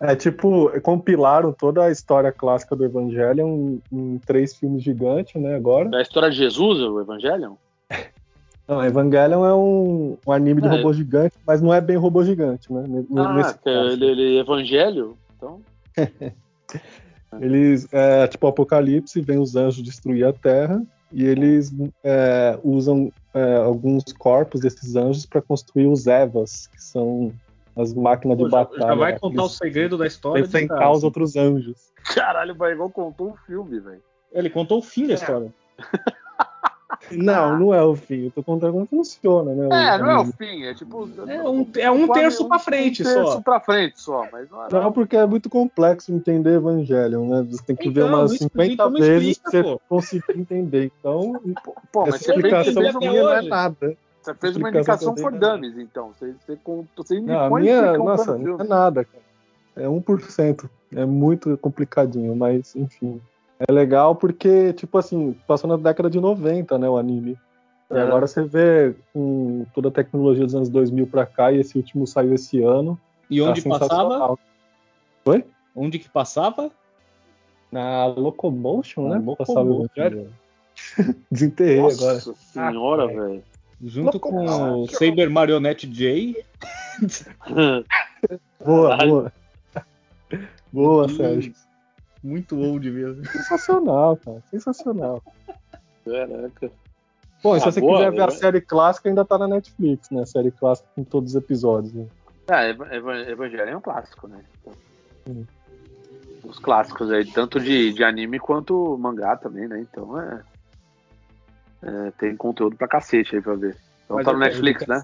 Speaker 2: é tipo, compilaram toda a história clássica do Evangelion em três filmes gigantes, né, agora.
Speaker 3: Da É história de Jesus, o Evangelion?
Speaker 2: Não, Evangelion é um, um anime
Speaker 4: Ah,
Speaker 2: de
Speaker 3: É.
Speaker 2: robô gigante, mas não é bem robô gigante, né? ne- ne-
Speaker 3: Ah,
Speaker 2: nesse
Speaker 3: que
Speaker 2: caso.
Speaker 3: ele, ele é Evangelho? Então, [laughs]
Speaker 2: Eles, é, tipo, o Apocalipse, vem os anjos destruir a Terra, e eles é, usam é, alguns corpos desses anjos para construir os Evas, que são as máquinas de
Speaker 4: já,
Speaker 2: batalha.
Speaker 4: já vai
Speaker 2: né?
Speaker 4: contar o
Speaker 2: Eles
Speaker 4: segredo da história.
Speaker 2: põem sem causa outros anjos.
Speaker 3: caralho, vai igual contou um filme, velho.
Speaker 4: Ele contou o fim da história.
Speaker 2: Não, não é o fim. Eu tô contando como funciona, né?
Speaker 3: É,
Speaker 2: o-
Speaker 3: não é o fim, é tipo.
Speaker 4: É um, é um
Speaker 3: quase
Speaker 4: terço
Speaker 3: um-
Speaker 4: pra frente
Speaker 3: um
Speaker 4: só.
Speaker 3: terço pra frente só, mas não é.
Speaker 2: Não, porque é muito complexo entender Evangelion, né? Você tem que ver
Speaker 4: Então,
Speaker 2: umas
Speaker 4: isso-
Speaker 2: 50
Speaker 4: então me
Speaker 2: vezes
Speaker 4: explica,
Speaker 2: pra você
Speaker 4: pô.
Speaker 2: conseguir entender.
Speaker 4: [laughs]
Speaker 2: Então,
Speaker 3: Pô,
Speaker 2: essa
Speaker 3: mas você fez, você
Speaker 2: explicação
Speaker 3: fez uma
Speaker 4: até
Speaker 2: minha não é
Speaker 4: hoje.
Speaker 2: nada.
Speaker 3: Você fez uma
Speaker 2: Explicação
Speaker 3: indicação
Speaker 2: que eu dei
Speaker 3: por
Speaker 2: na-
Speaker 3: Dames, então. Você, você, con- você indicou
Speaker 2: Não, a
Speaker 3: e
Speaker 2: minha,
Speaker 3: você
Speaker 4: um
Speaker 3: contou
Speaker 2: nossa,
Speaker 3: no
Speaker 2: não é
Speaker 3: filme.
Speaker 2: nada, cara. É 1%. É muito complicadinho, mas enfim. É legal porque, tipo assim, passou na década de 90, né, o anime. E
Speaker 3: É.
Speaker 2: agora você vê com toda a tecnologia dos anos 2000 pra cá, e esse último saiu esse ano.
Speaker 4: E onde
Speaker 2: tá
Speaker 4: passava?
Speaker 2: sensacional. Oi?
Speaker 4: Onde que passava?
Speaker 2: Na Locomotion, né?
Speaker 4: Na
Speaker 2: Passava o
Speaker 4: Locomotion.
Speaker 2: Evangelho. [laughs] Desenterrei agora. É.
Speaker 3: Nossa senhora,
Speaker 4: Junto com o Saber Marionette J.
Speaker 3: velho.
Speaker 2: Boa,
Speaker 3: Caralho.
Speaker 2: boa. Boa, Sérgio.
Speaker 4: Muito old mesmo.
Speaker 2: Sensacional, cara. Sensacional.
Speaker 3: Caraca.
Speaker 2: Bom, e se
Speaker 3: Ah,
Speaker 2: você
Speaker 3: boa,
Speaker 2: quiser ver a
Speaker 3: né?
Speaker 2: série clássica, ainda tá na Netflix, né? A série clássica com todos os episódios. Né?
Speaker 3: Ah, Eva- Eva- Evangelho é um clássico, né? Então,
Speaker 2: Hum.
Speaker 3: Os clássicos aí, tanto de, de anime quanto mangá também, né? Então é. é, tem conteúdo pra cacete aí pra ver. Então
Speaker 4: Mas
Speaker 3: tá no
Speaker 2: é,
Speaker 4: eu-
Speaker 3: Netflix, né?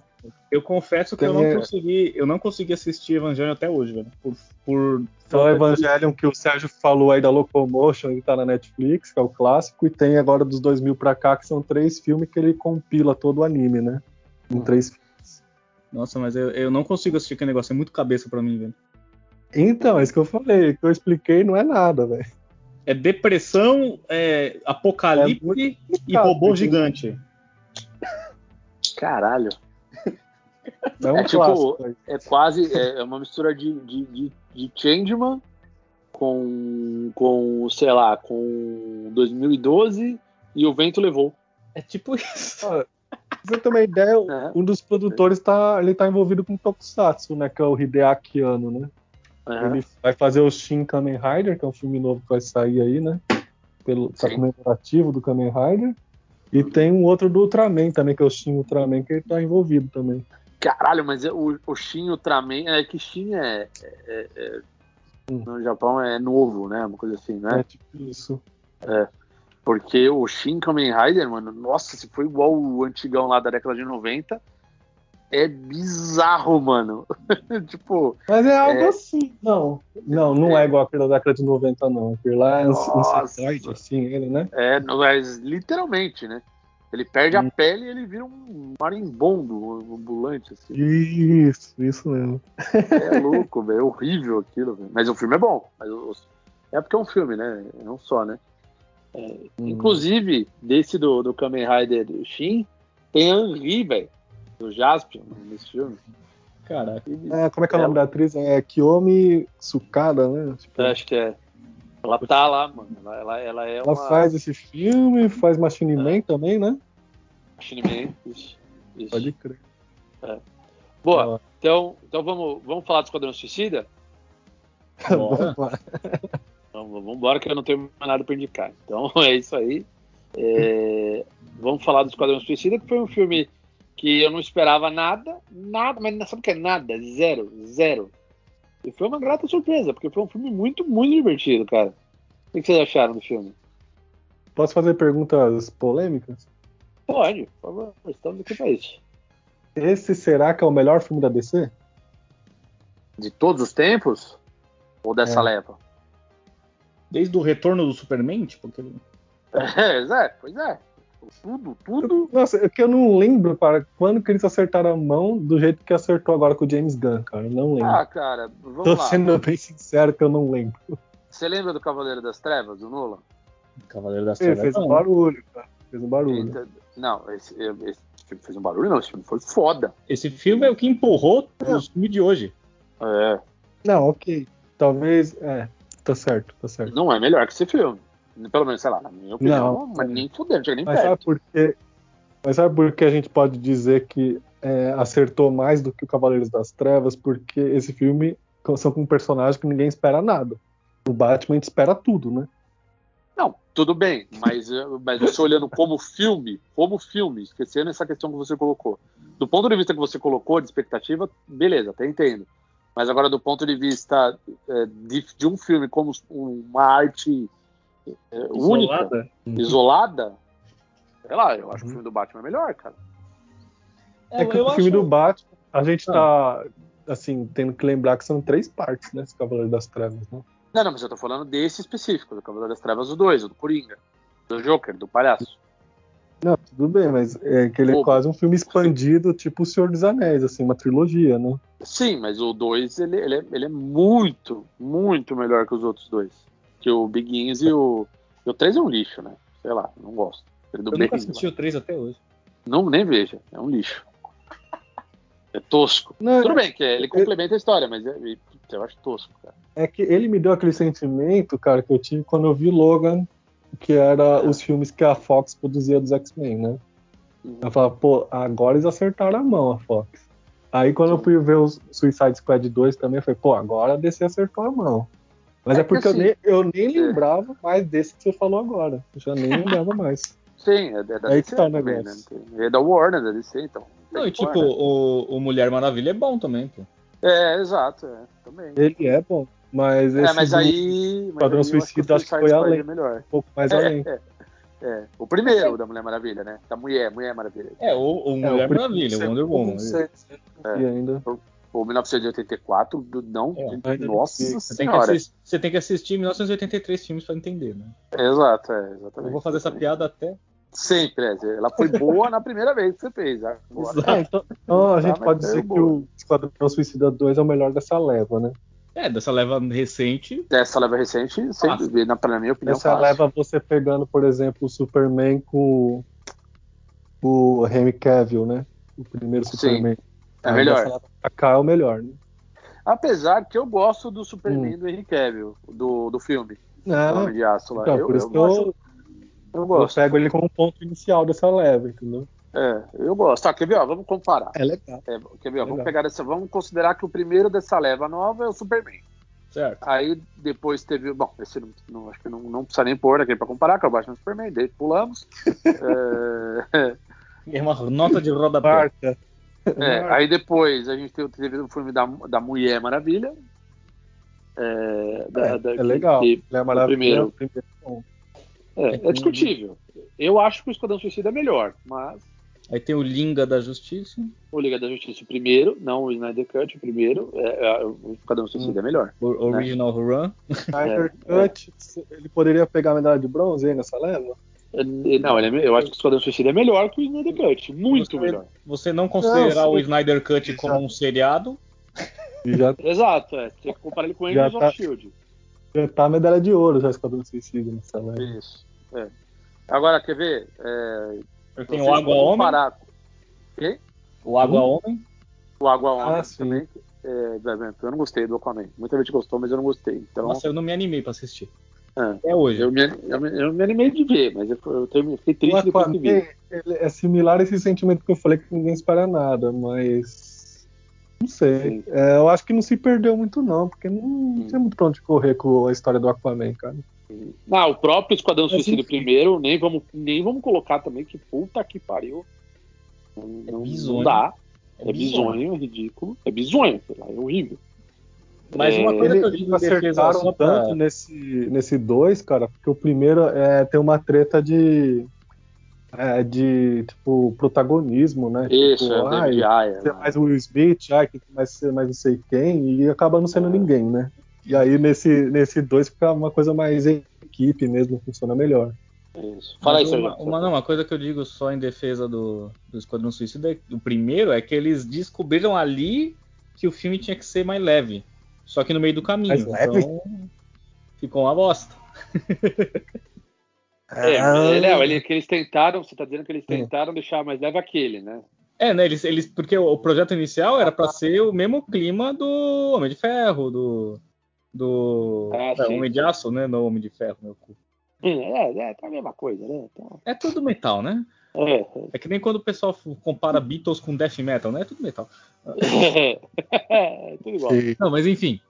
Speaker 4: Eu confesso que eu
Speaker 2: Tem- é,
Speaker 4: não consegui, eu não consegui assistir Evangelho até hoje, velho. Por, por
Speaker 2: Então, o Evangelion, que o Sérgio falou aí da Locomotion, que tá na Netflix, que é o clássico, e tem agora dos 2000 pra cá, que são três filmes que ele compila todo o anime, né? Em três filmes.
Speaker 4: Nossa, mas eu, eu não consigo assistir aquele negócio, é muito cabeça pra mim, velho.
Speaker 2: Então, é isso que eu falei, o que eu expliquei não é nada, velho.
Speaker 4: É depressão, é
Speaker 2: É
Speaker 4: apocalipse e robô
Speaker 2: complicado.
Speaker 4: gigante.
Speaker 3: Caralho.
Speaker 2: É um
Speaker 3: É tipo-
Speaker 2: clássico. aí.
Speaker 3: É quase. É, é uma mistura de, de, de, de Changeman com, com, sei lá, com 2012 e o vento levou.
Speaker 4: É tipo isso.
Speaker 2: Pra você ter uma ideia,
Speaker 3: É.
Speaker 2: um dos produtores tá, ele tá envolvido com Tokusatsu, né? Que é o Hideaki Anno, né?
Speaker 3: Aham.
Speaker 2: Ele vai fazer o Shin Kamen Rider, que é um filme novo que vai sair aí, né? Pelo tá
Speaker 3: Sim.
Speaker 2: comemorativo do Kamen Rider. E tem um outro do Ultraman também, que é o Shin Ultraman, que ele tá envolvido também.
Speaker 3: Caralho, mas é o, o Shin Ultraman. É que Shin é. é- é- é-
Speaker 2: Hum.
Speaker 3: no Japão é novo, né? Uma coisa assim,
Speaker 2: É,
Speaker 3: né?
Speaker 2: tipo isso.
Speaker 3: Porque o Shin Kamen Rider, mano, nossa, se foi igual o antigão lá da década de 90. é bizarro, mano. [laughs] tipo,
Speaker 2: Mas é algo
Speaker 3: É.
Speaker 2: assim. Não, não, não é. igual aquele da década de 90, não. Aquele lá é um
Speaker 3: Nossa.
Speaker 2: insetóide, assim, ele, né?
Speaker 3: é, não- mas literalmente, né? Ele perde
Speaker 2: Hum.
Speaker 3: a pele e ele vira um marimbondo ambulante, assim.
Speaker 2: Isso, isso mesmo. [laughs]
Speaker 3: É louco, velho. É horrível aquilo, velho. Mas o filme é bom. Mas o- É porque é um filme, né? É um só, né?
Speaker 2: Hum.
Speaker 3: Inclusive, desse do, do Kamen Rider do Shin, tem a Henri, velho. Do Jaspion nesse filme.
Speaker 2: [laughs]
Speaker 4: Caraca.
Speaker 3: E-
Speaker 2: É, como é que é o nome da atriz? É Kiyomi Tsukada, né? Acho que
Speaker 3: eu
Speaker 2: é.
Speaker 3: acho que é. Ela tá lá, mano. Ela, ela, ela é
Speaker 2: Ela
Speaker 3: uma.
Speaker 2: faz esse filme, faz Machine Man também, né?
Speaker 3: Machine Man. Ixi, ixi.
Speaker 2: Pode crer.
Speaker 3: Boa, então, então vamos, vamos falar do Esquadrão Suicida?
Speaker 4: Bora.
Speaker 2: Vamos lá.
Speaker 3: Então, vamos embora que eu não tenho mais nada para indicar. Então [laughs] é isso aí. É, vamos falar do Esquadrão Suicida, que foi um filme que eu não esperava nada, nada, mas sabe o que é nada? Zero, zero. E foi uma grata surpresa, porque foi um filme muito, muito divertido, cara. O que vocês acharam do filme?
Speaker 2: Posso fazer perguntas polêmicas?
Speaker 3: Pode, por favor, estamos aqui para isso.
Speaker 2: Esse será que é o melhor filme da DC?
Speaker 3: De todos os tempos? Ou dessa
Speaker 2: É.
Speaker 3: leva? [laughs]
Speaker 4: Desde o retorno do Superman, tipo, aquele...
Speaker 3: É, Zé, pois é. Tudo, tudo.
Speaker 2: Nossa, é que eu não lembro, cara, quando que eles acertaram a mão do jeito que acertou agora com o James Gunn, cara. Eu não lembro.
Speaker 3: Ah, cara, vamos
Speaker 2: Tô
Speaker 3: lá.
Speaker 2: sendo [laughs] bem sincero que eu não lembro.
Speaker 3: Você lembra do Cavaleiro das Trevas, do Nolan?
Speaker 4: Cavaleiro das
Speaker 2: Ele
Speaker 4: Trevas.
Speaker 2: fez um
Speaker 4: não.
Speaker 2: barulho, cara. Fez um barulho.
Speaker 3: Eita, tá- não, esse, esse filme fez um barulho, não. Esse filme foi foda.
Speaker 4: Esse filme é o que empurrou os filmes de hoje.
Speaker 3: É.
Speaker 2: Não, ok. Talvez. É, tá certo, tá certo.
Speaker 3: Não é melhor que esse filme. Pelo menos, sei lá, na minha opinião.
Speaker 2: Não.
Speaker 3: Mas nem fudendo, chega nem
Speaker 2: Mas sabe
Speaker 3: perto.
Speaker 2: por quê? Mas sabe por que a gente pode dizer que é, acertou mais do que o Cavaleiros das Trevas? Porque esse filme são com um personagem que ninguém espera nada. O Batman a gente espera tudo, né?
Speaker 3: Não, tudo bem. Mas, eh, mas você olhando como filme, como filme, esquecendo essa questão que você colocou. Do ponto de vista que você colocou de expectativa, beleza, até entendo. Mas agora, do ponto de vista eh, de, de um filme como uma arte eh, única,
Speaker 4: Isolada.
Speaker 3: isolada, sei lá, eu acho que o
Speaker 2: Uhum.
Speaker 3: filme do Batman é melhor, cara.
Speaker 2: É Ah. que o filme do
Speaker 4: um
Speaker 2: Batman, a gente tá, assim, tendo que lembrar que são três partes, né? Esse Cavaleiros das Trevas, né?
Speaker 3: Não, não, mas eu tô falando desse específico, do Cavaleiro das Trevas, o 2, do Coringa, do Joker, do Palhaço.
Speaker 2: Não, tudo bem, mas é que ele é
Speaker 3: Opa.
Speaker 2: quase um filme expandido, tipo O Senhor dos Anéis, assim, uma trilogia, né?
Speaker 3: Sim, mas o 2, ele, ele, é, ele é muito, muito melhor que os outros dois. Que o Biggins e o... e o 3 é um lixo, né? Sei lá, não gosto. Ele é do
Speaker 4: Eu nunca
Speaker 3: Biggins,
Speaker 4: assisti o 3 até hoje.
Speaker 3: Não, nem veja, é um lixo. É tosco.
Speaker 2: Não,
Speaker 3: Tudo bem que ele complementa a história, mas é- é- eu acho tosco, cara.
Speaker 2: É que ele me deu aquele sentimento, cara, que eu tive quando eu vi Logan, que era os filmes que a Fox produzia dos X-Men, né? Eu falava, pô, agora eles acertaram a mão, a Fox. Aí quando eu
Speaker 3: Sim.
Speaker 2: fui ver os Suicide Squad 2 também, eu falei, pô, agora a DC acertou a mão. Mas
Speaker 3: É
Speaker 2: é,
Speaker 3: que
Speaker 2: porque
Speaker 3: assim-
Speaker 2: eu, nem, eu nem
Speaker 3: É.
Speaker 2: lembrava mais desse que você falou agora. Eu já nem lembrava mais.
Speaker 3: Sim, é, da- é da
Speaker 2: Aí que
Speaker 3: DC
Speaker 2: tá o
Speaker 3: também, né?
Speaker 2: negócio.
Speaker 3: É da Warner, da DC, então.
Speaker 4: Não, e
Speaker 3: Tem que
Speaker 4: tipo,
Speaker 3: pôr, né?
Speaker 4: o, o Mulher Maravilha é bom também, pô.
Speaker 3: É, exato, é, também.
Speaker 2: Ele é bom, mas esse
Speaker 3: É, mas
Speaker 2: do-
Speaker 3: aí. mas
Speaker 2: Esquadrão
Speaker 3: aí eu acho que o
Speaker 2: Suicida, acho que
Speaker 3: Suicide
Speaker 2: foi
Speaker 3: Squad
Speaker 2: além.
Speaker 3: É melhor.
Speaker 2: um pouco mais além.
Speaker 3: É, é. O primeiro da Mulher Maravilha, né? Da Mulher, Mulher Maravilha.
Speaker 4: É, o, o
Speaker 2: É,
Speaker 4: Mulher
Speaker 2: o primeiro
Speaker 4: Maravilha,
Speaker 2: você-
Speaker 4: o Wonder Woman.
Speaker 2: você- E ainda.
Speaker 3: Ou 1984, do, não.
Speaker 4: É,
Speaker 2: ainda não
Speaker 3: nossa
Speaker 2: sei.
Speaker 4: Você tem, que
Speaker 3: senhora.
Speaker 4: assistir, você tem que assistir 1983 filmes pra entender, né?
Speaker 3: Exato, é, exatamente.
Speaker 4: Eu vou fazer essa piada até.
Speaker 3: Sempre, é, ela foi boa na primeira vez que você fez. Agora,
Speaker 4: Exato.
Speaker 2: É,
Speaker 3: [laughs]
Speaker 2: então, então a
Speaker 3: Tá,
Speaker 2: gente
Speaker 3: mas
Speaker 2: pode
Speaker 3: é
Speaker 2: dizer que
Speaker 3: boa.
Speaker 2: o Esquadrão Suicida 2 é o melhor dessa leva, né?
Speaker 4: É, dessa leva recente.
Speaker 3: Dessa leva recente, sempre, na, pra minha opinião,
Speaker 2: Essa
Speaker 3: fácil.
Speaker 2: leva você pegando, por exemplo, o Superman com o Henry Cavill, né? O primeiro
Speaker 3: Sim,
Speaker 2: Superman.
Speaker 3: é
Speaker 2: Aí
Speaker 3: melhor.
Speaker 2: dessa leva pra cá é o melhor, né?
Speaker 3: Apesar que eu gosto do Superman do Henry Cavill, do, do filme. do Homem
Speaker 2: Não,
Speaker 3: de Aço lá.
Speaker 2: então,
Speaker 3: eu,
Speaker 2: por isso
Speaker 3: eu
Speaker 2: que eu,
Speaker 3: gosto, eu
Speaker 2: eu
Speaker 3: gosto.
Speaker 2: pego ele como ponto inicial dessa leva, entendeu?
Speaker 3: É, eu gosto. Tá, quer ver? Ó, vamos comparar.
Speaker 2: É legal.
Speaker 3: É, quer ver? ó, Vamos
Speaker 2: Legal.
Speaker 3: pegar essa. Vamos considerar que o primeiro dessa leva nova é o Superman.
Speaker 4: Certo.
Speaker 3: Aí depois teve. Bom, esse não, não- acho que não, não precisa nem pôr aqui pra comparar, que é o Batman e Superman. Daí pulamos. É, [laughs]
Speaker 4: É uma nota de rodapé.
Speaker 2: Marca.
Speaker 3: é, aí depois a gente teve, teve o filme da, da Mulher Maravilha. É, da-
Speaker 2: É,
Speaker 3: da-
Speaker 2: é legal. Uhum.
Speaker 3: que-
Speaker 2: Ele é maravilhoso.
Speaker 3: primeiro. [laughs]
Speaker 2: Primeiro.
Speaker 3: é, é discutível. Eu acho que o Esquadrão Suicida é melhor, mas.
Speaker 4: Aí tem o Linga da Justiça.
Speaker 3: O Liga da Justiça, o primeiro, não o Snyder Cut, o primeiro, é, é, o Esquadrão Suicida é melhor.
Speaker 4: O Original Run.
Speaker 2: Snyder Cut, ele poderia pegar a medalha de bronze aí nessa leva?
Speaker 3: É, Não, ele é me- eu acho que o Esquadrão Suicida é melhor que o Snyder Cut, muito
Speaker 4: Você-
Speaker 3: melhor.
Speaker 4: Você não considerar
Speaker 2: Não,
Speaker 4: o
Speaker 2: sim.
Speaker 4: Snyder Cut como
Speaker 2: Exato.
Speaker 4: um seriado,
Speaker 2: Já,
Speaker 3: Exato, é, você tem que comparar ele com o
Speaker 2: Já
Speaker 3: Angels
Speaker 2: tá-
Speaker 3: of Shield.
Speaker 2: já tá a medalha de ouro já Esquadrão Suicida nessa leva.
Speaker 3: Isso. é. Agora, quer ver? É,
Speaker 4: eu tenho o
Speaker 3: vocês
Speaker 4: Água
Speaker 3: podem
Speaker 4: Homem.
Speaker 3: comparar com
Speaker 4: O Água
Speaker 2: um
Speaker 4: Homem.
Speaker 3: O Água Homem
Speaker 2: Ah, sim.
Speaker 3: também. é, por exemplo, eu não gostei do Aquaman. Muita gente gostou, mas eu não gostei. Então,
Speaker 4: Nossa, eu não me animei pra assistir.
Speaker 2: É.
Speaker 3: Ah.
Speaker 4: Até hoje.
Speaker 3: eu, me, eu, me- eu me animei de ver, mas eu, eu terminei- fiquei
Speaker 2: O
Speaker 3: triste depois
Speaker 2: Aquaman,
Speaker 3: que vi.
Speaker 2: ele é similar a esse sentimento que eu falei que ninguém espera nada, mas. Não sei.
Speaker 3: Sim.
Speaker 2: É, eu acho que não se perdeu muito, não, porque não, não
Speaker 3: Hum.
Speaker 2: tinha muito pra onde correr com a história do Aquaman, cara.
Speaker 3: Ah, o próprio Esquadrão
Speaker 2: Mas,
Speaker 3: Suicida
Speaker 2: enfim.
Speaker 3: primeiro, nem vamos, nem vamos colocar também que puta que pariu. Não, não-
Speaker 4: bizonho.
Speaker 3: não dá.
Speaker 4: É
Speaker 3: É bizonho, é ridículo. É bizonho, sei lá, é horrível.
Speaker 4: Mas uma
Speaker 3: É,
Speaker 4: coisa que eu
Speaker 2: Eles
Speaker 4: digo em defesa
Speaker 2: acertaram
Speaker 4: só pra...
Speaker 2: tanto nesse 2, nesse dois, cara, porque o primeiro é, tem uma treta de. é, de, tipo, protagonismo, né?
Speaker 3: Isso,
Speaker 2: tipo,
Speaker 3: é o David
Speaker 2: ai,
Speaker 3: Ayer.
Speaker 2: tem mais o Will Smith, ai, que mais, ser mais não sei quem, e acaba não sendo ninguém, né? E aí nesse 2 nesse dois fica uma coisa mais equipe mesmo, funciona melhor.
Speaker 3: Isso. Fala aí,
Speaker 4: Mas
Speaker 3: Sérgio.
Speaker 4: uma, uma, não, uma coisa que eu digo só em defesa do, do Esquadrão Suicida, é- do primeiro, é que eles descobriram ali que o filme tinha que ser mais leve. Só que no meio do caminho.
Speaker 2: Mais leve?
Speaker 4: Então, ficou uma bosta.
Speaker 3: É,
Speaker 5: Ah,
Speaker 3: é, Léo, ele, que eles tentaram, você tá dizendo que eles
Speaker 2: Hum.
Speaker 3: tentaram deixar, mas leva aquele, né?
Speaker 4: É, né? Eles, eles, porque o projeto inicial era pra ser o mesmo clima do Homem de Ferro, do. do
Speaker 3: Ah,
Speaker 4: é,
Speaker 3: sim.
Speaker 4: Homem de Aço, né? Não Homem de Ferro, meu cu.
Speaker 3: É, é, tá a mesma coisa, né? Então,
Speaker 4: É tudo metal, né?
Speaker 3: é.
Speaker 4: É que nem quando o pessoal f- compara Beatles com Death Metal, né? É tudo metal.
Speaker 3: é tudo igual.
Speaker 4: Não, mas enfim.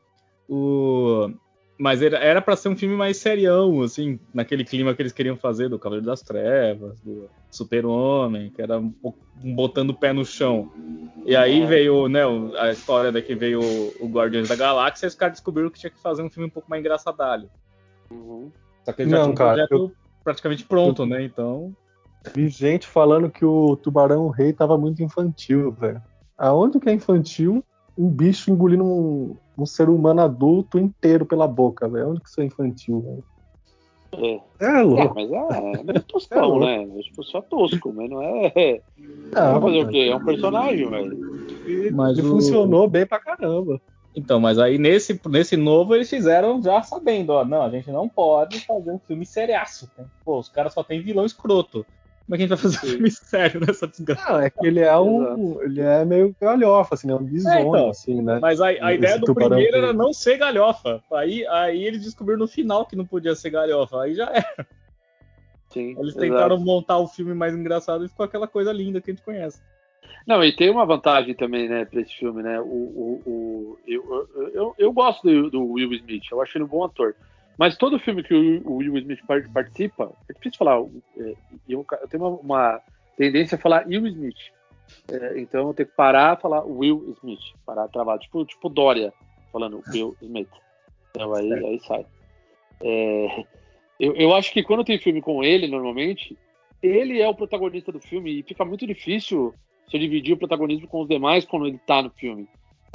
Speaker 4: O... Mas era- era pra ser um filme mais serião, assim, naquele clima que eles queriam fazer do Cavaleiro das Trevas, do Super-Homem, que era um pouco botando o pé no chão. E aí
Speaker 3: É.
Speaker 4: veio, né, o- a história da que veio o- o Guardiões da Galáxia, e os caras descobriram que tinha que fazer um filme um pouco mais engraçadalho.
Speaker 3: Uhum.
Speaker 4: Só que eles já
Speaker 2: Não,
Speaker 4: tinham um
Speaker 2: cara,
Speaker 4: projeto praticamente pronto, né? Então.
Speaker 2: Vi gente falando que o Tubarão Rei tava muito infantil, velho. Aonde que é infantil um bicho engolindo um, um ser humano adulto inteiro pela boca, velho? Onde que isso é infantil, velho?
Speaker 3: É.
Speaker 2: É
Speaker 3: É,
Speaker 2: louco.
Speaker 3: mas é, é meio
Speaker 2: É
Speaker 3: toscão,
Speaker 2: louco.
Speaker 3: né? É tipo, só tosco, mas não é. é.
Speaker 2: Ah,
Speaker 3: Vai fazer o quê? É um personagem, velho.
Speaker 2: E,
Speaker 4: Mas
Speaker 2: e
Speaker 4: o-
Speaker 2: funcionou bem pra caramba.
Speaker 4: Então, mas aí nesse, nesse novo eles fizeram já sabendo, ó, não, a gente não pode fazer um filme seriaço. né? Pô, os caras só tem vilão escroto. Como é que a gente vai fazer um filme sério nessa desgraça?
Speaker 2: Não, é que ele é um. Ele é meio galhofa, assim, né? Um bisonho,
Speaker 4: É, então.
Speaker 2: assim, né?
Speaker 4: Mas a, a
Speaker 2: Esse
Speaker 4: ideia do
Speaker 2: tubarão
Speaker 4: primeiro
Speaker 2: tem-
Speaker 4: era não ser galhofa. Aí, aí eles descobriram no final que não podia ser galhofa. Aí já era.
Speaker 3: Sim,
Speaker 4: Eles
Speaker 3: exato.
Speaker 4: tentaram montar o filme mais engraçado e ficou aquela coisa linda que a gente conhece.
Speaker 3: Não, e tem uma vantagem também, né, pra esse filme, né? O, o, o- eu, eu, eu, eu gosto do, do Will Smith, eu acho ele um bom ator. Mas todo filme que o, o Will Smith par- participa, é difícil falar. é, eu, eu tenho uma, uma tendência a falar Will Smith. É, então eu tenho que parar e falar Will Smith, parar travado. Tipo, tipo Dória falando Will Smith. Então aí, aí sai. É, eu, eu acho que quando tem filme com ele, normalmente, ele é o protagonista do filme e fica muito difícil você dividir o protagonismo com os demais quando ele tá no filme.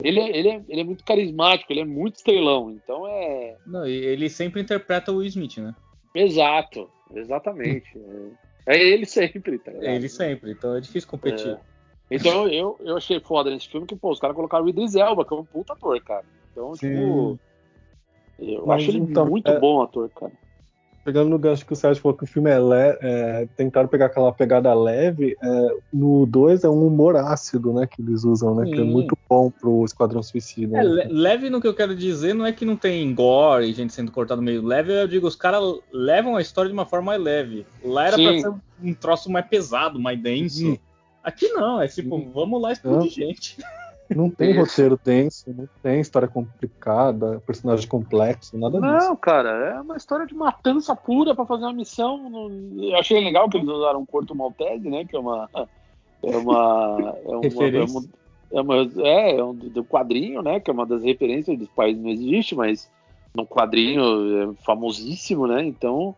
Speaker 3: Ele é, ele é, ele é muito carismático, ele é muito estrelão, então é.
Speaker 4: Não, e ele sempre interpreta o Will Smith, né?
Speaker 3: Exato, exatamente. É, é ele sempre, tá ligado?
Speaker 4: Ele sempre, então é difícil competir.
Speaker 3: É. Então eu, eu achei foda nesse filme que, pô, os caras colocaram o Idris Elba, que é um puta ator, cara. Então, tipo. Eu
Speaker 2: Mas
Speaker 3: acho ele
Speaker 2: então,
Speaker 3: muito
Speaker 2: é-
Speaker 3: bom ator, cara.
Speaker 2: Pegando no gancho que o Sérgio falou que o filme é, le... é, Tentaram pegar aquela pegada leve. é, no 2 é um humor ácido, né? Que eles usam, né? Que é
Speaker 4: Sim.
Speaker 2: muito bom pro Esquadrão Suicida. né?
Speaker 4: É, le- leve no que eu quero dizer não é que não tem gore e gente sendo cortada no meio. Leve, eu digo, os caras levam a história de uma forma mais leve. Lá era pra
Speaker 3: Sim.
Speaker 4: ser um- um troço mais pesado, mais denso.
Speaker 2: Sim.
Speaker 4: Aqui não, é tipo,
Speaker 2: Sim.
Speaker 4: vamos lá explodir
Speaker 2: Não.
Speaker 4: gente.
Speaker 2: Não
Speaker 4: [laughs]
Speaker 2: tem
Speaker 3: Isso.
Speaker 2: roteiro denso, não tem história complicada, personagem complexo, nada disso.
Speaker 3: Não, cara, é uma história de matança pura pra fazer uma missão. no- Eu achei legal que eles usaram um o Corto Maltese, né? Que é uma. É uma. É
Speaker 4: [laughs]
Speaker 3: uma. É,
Speaker 4: Referência.
Speaker 3: uma, é, uma- é, é um do do quadrinho, né? Que é uma das referências dos países não existe, mas no quadrinho é famosíssimo, né? Então.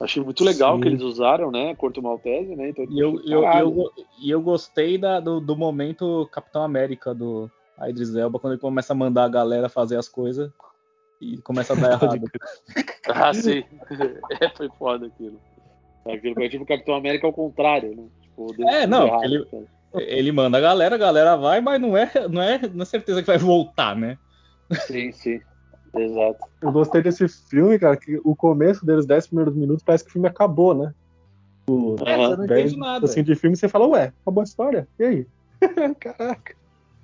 Speaker 3: Achei muito legal
Speaker 4: Sim.
Speaker 3: que eles usaram, né? Corto Maltese, né? Então,
Speaker 4: E eu, eu,
Speaker 3: Caralho.
Speaker 4: eu, e eu gostei da- do, do momento Capitão América do Idris Elba, quando ele começa a mandar a galera fazer as coisas e começa a dar errado.
Speaker 3: [laughs] Ah, sim. [laughs] é, foi foda aquilo. Aquilo foi tipo Capitão América ao contrário, né? Tipo, deu
Speaker 4: É,
Speaker 3: tudo
Speaker 4: não,
Speaker 3: errado,
Speaker 4: ele-
Speaker 3: cara.
Speaker 4: ele manda a galera, a galera vai, mas não é, não é, não é certeza que vai voltar, né?
Speaker 3: Sim, sim. Exato.
Speaker 2: Eu gostei desse filme, cara, que o começo deles, 10 primeiros minutos, parece que o filme acabou, né?
Speaker 4: É,
Speaker 3: Aham,
Speaker 4: você não
Speaker 2: Dez,
Speaker 4: entende nada.
Speaker 2: Assim, de filme, você fala, ué, acabou a história. E aí? Caraca.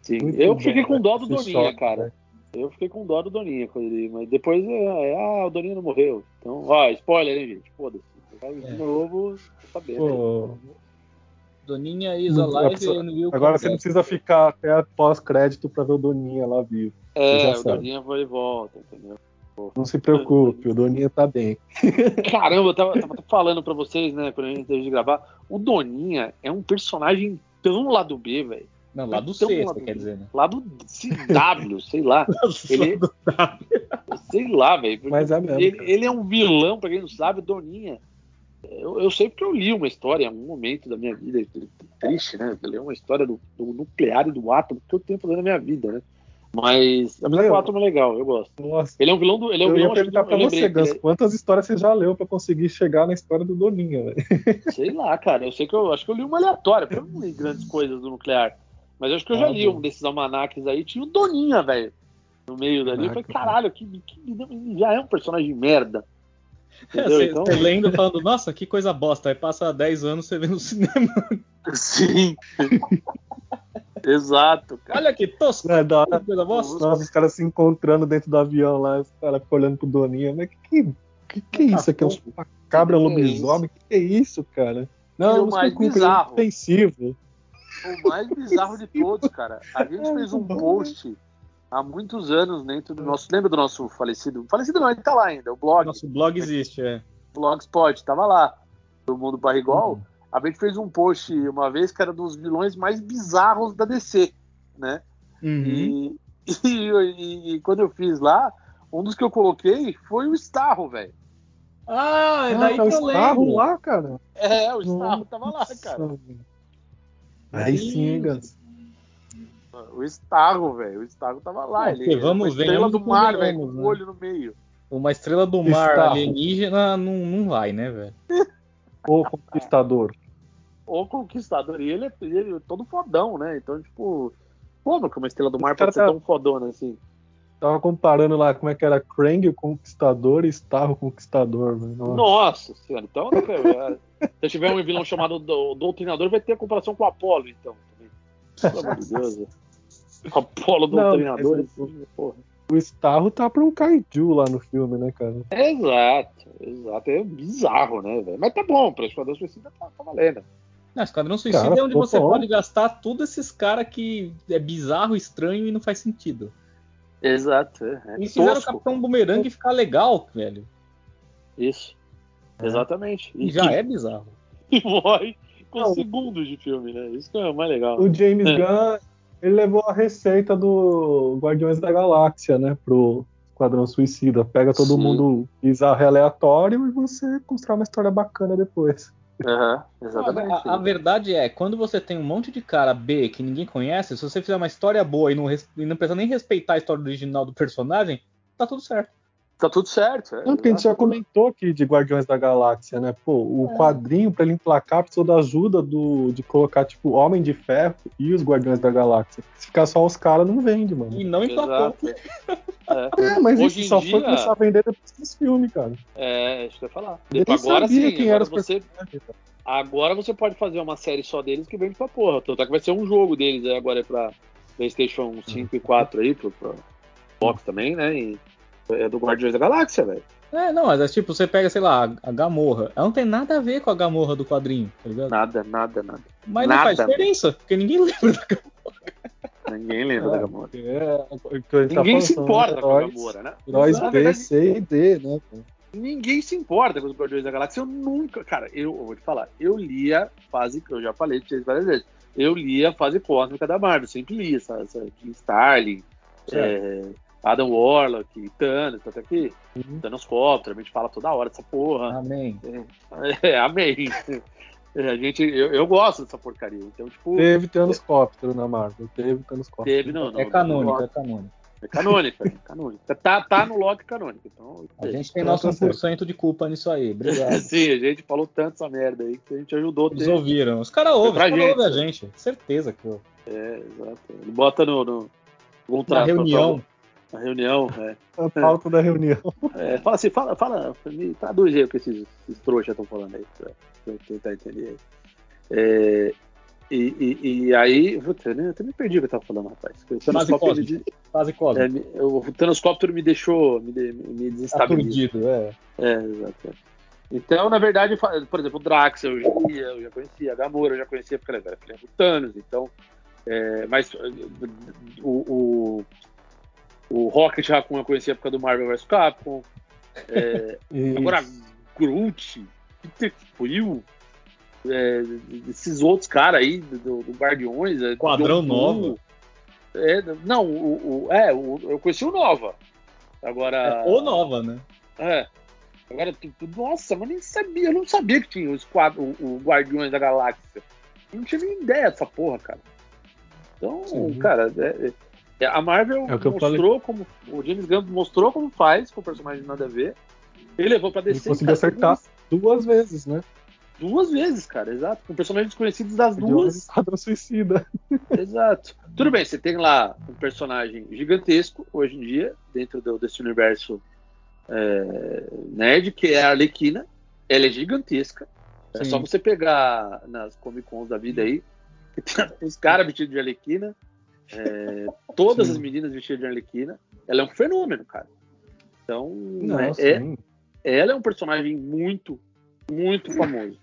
Speaker 3: Sim.
Speaker 2: Muito
Speaker 3: eu
Speaker 2: bom,
Speaker 3: fiquei com dó do
Speaker 2: Se
Speaker 3: Doninha,
Speaker 2: choca,
Speaker 3: cara.
Speaker 2: né?
Speaker 3: Eu fiquei com dó do Doninha quando ele. Mas depois, é, é, ah, o Doninha não morreu. Então, ó, spoiler, hein, gente? Foda-se. Vai de
Speaker 4: É.
Speaker 3: novo, tá saber.
Speaker 2: Pô,
Speaker 4: Doninha is alive
Speaker 2: Não, precisa-
Speaker 4: and will
Speaker 2: agora
Speaker 4: come
Speaker 2: você não
Speaker 4: back.
Speaker 2: precisa ficar até a pós-crédito pra ver o Doninha lá vivo.
Speaker 3: é,
Speaker 2: já
Speaker 3: o
Speaker 2: sabe.
Speaker 3: Doninha vai e volta, entendeu?
Speaker 2: Não se preocupe, o Doninha tá bem.
Speaker 3: Caramba, eu tava, tava falando pra vocês, né, quando a gente teve de gravar. O Doninha é um personagem tão lá do B, velho.
Speaker 4: Não, lá do
Speaker 3: Então,
Speaker 4: C,
Speaker 3: lá
Speaker 4: você
Speaker 3: do-
Speaker 4: quer dizer, [laughs] né?
Speaker 3: Lá do CW,
Speaker 2: [laughs]
Speaker 3: sei lá. Ele- Sei lá, velho. porque
Speaker 2: Mas é mesmo.
Speaker 3: Ele, ele é um vilão, pra quem não sabe, Doninha. Eu, eu sei porque eu li uma história em algum momento da minha vida, triste, né? Eu li uma história do, do nuclear e do átomo que eu tenho fazendo na minha vida, né? Mas. Mas
Speaker 2: Eu-
Speaker 3: o átomo é legal, eu gosto.
Speaker 2: Nossa,
Speaker 3: Ele é um vilão do. Ele é um
Speaker 2: eu
Speaker 3: vilão
Speaker 2: ia perguntar
Speaker 3: acho que
Speaker 2: pra
Speaker 3: do- eu
Speaker 2: você,
Speaker 3: lembrei,
Speaker 2: Ganso,
Speaker 3: ele
Speaker 2: quantas histórias você já leu pra conseguir chegar na história do Doninha, velho?
Speaker 3: é- Sei lá, cara. Eu sei que eu acho que eu li uma aleatória, porque eu não li grandes coisas do nuclear. Mas eu acho que eu já
Speaker 2: Ah,
Speaker 3: li
Speaker 2: bom.
Speaker 3: um desses almanacs aí, tinha o Doninha, velho. No meio dali. Eu falei,
Speaker 2: Caraca.
Speaker 3: caralho, que, que, ele já é um
Speaker 2: [laughs]
Speaker 3: personagem merda. Entendeu?
Speaker 4: Você,
Speaker 3: Então-
Speaker 4: você lendo e falando, nossa, que coisa bosta. Aí passa 10 anos você [laughs] vê no cinema.
Speaker 3: [laughs] Sim. Exato, cara.
Speaker 4: Olha que tosco,
Speaker 2: É da hora.
Speaker 4: que coisa bosta.
Speaker 2: Nossa, os caras se encontrando dentro do avião lá, os caras ficam olhando pro Doninha, mas que que, que, que é isso aqui? É Uma cabra
Speaker 3: Que que é
Speaker 2: lobisomem? Que que é isso, cara? Não,
Speaker 3: E o
Speaker 2: eu não
Speaker 3: mais
Speaker 2: se preocupe, ele é
Speaker 3: bizarro.
Speaker 2: ofensivo.
Speaker 3: O mais bizarro de todos, cara. A gente fez um post há muitos anos dentro do nosso. Lembra do nosso falecido? Falecido não, ele tá lá ainda, o blog.
Speaker 4: Nosso blog existe, é.
Speaker 3: Blogspot, tava lá. Do mundo barrigol. A gente fez um post uma vez que era dos vilões mais bizarros da DC, né?
Speaker 4: Uhum.
Speaker 3: E, [laughs] e, e- e quando eu fiz lá, um dos que eu coloquei foi o Starro, velho.
Speaker 4: Ah, é daí
Speaker 2: Ah, o
Speaker 4: que eu
Speaker 2: Starro
Speaker 4: lembro.
Speaker 2: lá, cara.
Speaker 3: É, o Starro tava lá,
Speaker 2: Nossa,
Speaker 3: cara.
Speaker 2: velho. Aí sim, hein, Gans.
Speaker 3: O Starro, velho. O Starro tava lá.
Speaker 4: É,
Speaker 3: ele
Speaker 4: porque
Speaker 3: ele é
Speaker 4: vamos
Speaker 3: uma
Speaker 4: ver,
Speaker 3: estrela
Speaker 4: vamos
Speaker 3: do
Speaker 4: com
Speaker 3: mar,
Speaker 4: venhamos,
Speaker 3: velho, com
Speaker 4: né?
Speaker 3: o olho no meio.
Speaker 4: Uma estrela do mar
Speaker 2: Está.
Speaker 4: alienígena não, não vai, né, velho?
Speaker 2: O Conquistador.
Speaker 3: O conquistador. E ele é, ele é todo fodão, né? Então, tipo, como que uma estrela do
Speaker 2: Os
Speaker 3: mar pode ser
Speaker 2: cara- tá-
Speaker 3: tão fodona assim?
Speaker 2: Tava comparando lá como é que era Krang o Conquistador e Starro o Conquistador, mano. Nossa.
Speaker 3: Nossa senhora, então. né, cara, é, Se eu tiver um vilão chamado do- Doutrinador, vai ter a comparação com o Apolo, então. também. Pelo amor de Deus. velho. Apolo
Speaker 2: Não,
Speaker 3: Doutrinador.
Speaker 2: mas- é
Speaker 3: assim, porra.
Speaker 2: O Starro tá pra um Kaiju lá no filme, né, cara?
Speaker 3: Exato, exato. É bizarro, né, velho? Mas tá bom, pra Esquadrão Suicida tá, tá valendo.
Speaker 4: Não, Esquadrão Suicida
Speaker 2: Cara,
Speaker 4: é onde
Speaker 2: pô,
Speaker 4: você
Speaker 2: pô.
Speaker 4: pode gastar todos esses caras que é bizarro, estranho e não faz sentido.
Speaker 3: Exato. É, é
Speaker 4: Eles fizeram o
Speaker 3: tosco.
Speaker 4: Capitão Bumerangue ficar legal, velho.
Speaker 3: Isso.
Speaker 2: É.
Speaker 3: Exatamente.
Speaker 4: E
Speaker 3: E
Speaker 4: já
Speaker 3: que-
Speaker 4: é bizarro.
Speaker 3: E morre com
Speaker 2: Não.
Speaker 3: segundos de filme, né? Isso que é o mais legal.
Speaker 2: O James
Speaker 3: É.
Speaker 2: Gunn, ele levou a receita do Guardiões da Galáxia, né, pro Esquadrão Suicida. Pega todo
Speaker 3: Sim.
Speaker 2: mundo bizarro e aleatório e você constrói uma história bacana depois.
Speaker 3: Aham,
Speaker 4: A, a verdade é, quando você tem um monte de cara B que ninguém conhece, se você fizer uma história boa e não, res- e não precisa nem respeitar a história original do personagem, tá tudo certo.
Speaker 3: Tá tudo certo. É,
Speaker 2: Não, porque a gente já comentou aqui de Guardiões da Galáxia, né? Pô, o quadrinho, pra ele emplacar, precisou da ajuda do, de colocar, tipo, Homem de Ferro e os Guardiões da Galáxia. Se ficar só os caras, não vende, mano.
Speaker 4: E não emplacou.
Speaker 3: Exato. É,
Speaker 2: É, mas isso
Speaker 3: Hoje em
Speaker 2: só
Speaker 3: dia-
Speaker 2: foi começar a vender depois dos filmes, cara.
Speaker 3: é, isso que eu ia falar.
Speaker 2: Eu nem
Speaker 3: agora
Speaker 2: sabia
Speaker 3: sim,
Speaker 2: quem
Speaker 3: agora
Speaker 2: eram os
Speaker 3: você,
Speaker 2: personagens. né?
Speaker 3: agora você pode fazer uma série só deles que vende pra porra. Tanto é que vai ser um jogo deles aí agora é pra Playstation 5 e 4 aí, pro, pro Box também, né? E é do Guardiões da Galáxia, velho.
Speaker 4: É, não, mas é tipo, você pega, sei lá, a- a Gamorra. Ela não tem nada a ver com a Gamorra do quadrinho, tá ligado?
Speaker 3: Nada, nada, nada.
Speaker 4: mas não
Speaker 3: nada.
Speaker 4: faz diferença, porque ninguém [laughs] lembra da Gamorra.
Speaker 3: Ninguém lembra
Speaker 2: É.
Speaker 3: da Gamora. Ninguém
Speaker 2: Ninguém
Speaker 3: se importa com a Gamora, né?
Speaker 2: Nós
Speaker 3: Na
Speaker 2: B,
Speaker 3: verdade-
Speaker 2: C e D, né? cara?
Speaker 3: ninguém se importa com os Guardiões da Galáxia. Eu nunca, cara, eu, eu vou te falar, eu lia a fase, que eu já falei pra vocês várias vezes, eu lia a fase cósmica da Marvel, sempre li essa, essa de Starling,
Speaker 4: Certo. Uhum.
Speaker 3: é, Adam Warlock, Thanos, até que Thanos Copter, a gente fala toda hora dessa porra.
Speaker 4: Amém. Ah.
Speaker 3: [laughs] É, amei. É, a gente, eu, eu gosto dessa porcaria. Então, tipo,
Speaker 2: Teve Thanos Cóptero na Marvel. Teve Thanos Cóptero.
Speaker 3: teve, não, não.
Speaker 4: É canônico, é canônico.
Speaker 3: É canônica, é canônica. Tá, tá no log canônico. Então, é,
Speaker 4: A gente tem
Speaker 2: Então
Speaker 4: nosso
Speaker 2: tá certo.
Speaker 4: 1% de culpa nisso aí. Obrigado.
Speaker 3: [laughs] Sim, a gente falou tanto essa merda aí que a gente ajudou. a
Speaker 4: Eles
Speaker 3: ter-
Speaker 4: ouviram. Os caras ouvem, os
Speaker 3: Foi pra
Speaker 4: caras
Speaker 3: gente.
Speaker 4: ouvem a gente. Certeza que eu.
Speaker 3: É, exato. Ele bota no. no
Speaker 4: Na
Speaker 3: contrato,
Speaker 4: reunião.
Speaker 3: Na reunião, é.
Speaker 2: A pauta da reunião.
Speaker 3: É, Fala assim, fala, fala, me traduz aí o que esses, esses trouxas estão falando aí, pra pra eu tentar entender aí. É, e, e- e aí, puta, né, eu até me perdi o que eu tava falando, rapaz. O Thanoscópio, ele
Speaker 4: cósmica.
Speaker 3: de-
Speaker 4: Fase cósmica.
Speaker 3: é, me- o Thanoscópio me deixou, me, de- me
Speaker 2: Tá
Speaker 3: desestabilizou.
Speaker 4: Aturdido, é.
Speaker 3: É, exato. Então, na verdade, fa- por exemplo, o Drax eu já, ia, eu já conhecia, a Gamora eu já conhecia, porque ela era filha do Thanos, então. é, mas eh, o, o, o Rocket Raccoon eu conhecia por causa do Marvel vs Capcom. é,
Speaker 4: [laughs]
Speaker 2: E
Speaker 3: Agora, Groot, Peter Quill, é, esses outros caras aí do, do- do Guardiões. é,
Speaker 4: Quadrão
Speaker 3: John
Speaker 4: Nova.
Speaker 3: Doom, é, não, o, o- é, o- eu conheci o Nova. Agora.
Speaker 4: É, Ou nova, né?
Speaker 3: É. Agora, tu, tu- nossa, mas nem sabia, eu não sabia que tinha os quadro, o, o Guardiões da Galáxia. Eu não tinha nem ideia dessa porra, cara. Então,
Speaker 2: Sim.
Speaker 3: cara, é- é- a Marvel
Speaker 2: É o que eu
Speaker 3: mostrou como. O James Gunn mostrou como faz com o personagem nada a ver. Ele levou pra descer.
Speaker 2: conseguiu acertar. duas vezes, né?
Speaker 3: Duas vezes, cara, exato. Com personagens desconhecidos das
Speaker 2: De um
Speaker 3: duas.
Speaker 2: Esquadrão Suicida.
Speaker 3: Exato. Tudo bem, você tem lá um personagem gigantesco hoje em dia, dentro do- desse universo é, nerd, que é a Arlequina. Ela é gigantesca. É
Speaker 4: Sim.
Speaker 3: só você pegar nas Comic Cons da vida aí, que tem [laughs] os caras vestidos de Arlequina, é, todas
Speaker 4: Sim.
Speaker 3: as meninas vestidas de Arlequina. Ela é um fenômeno, cara. Então,
Speaker 2: Não,
Speaker 3: é-
Speaker 2: sim.
Speaker 3: é- ela é um personagem muito, muito famoso.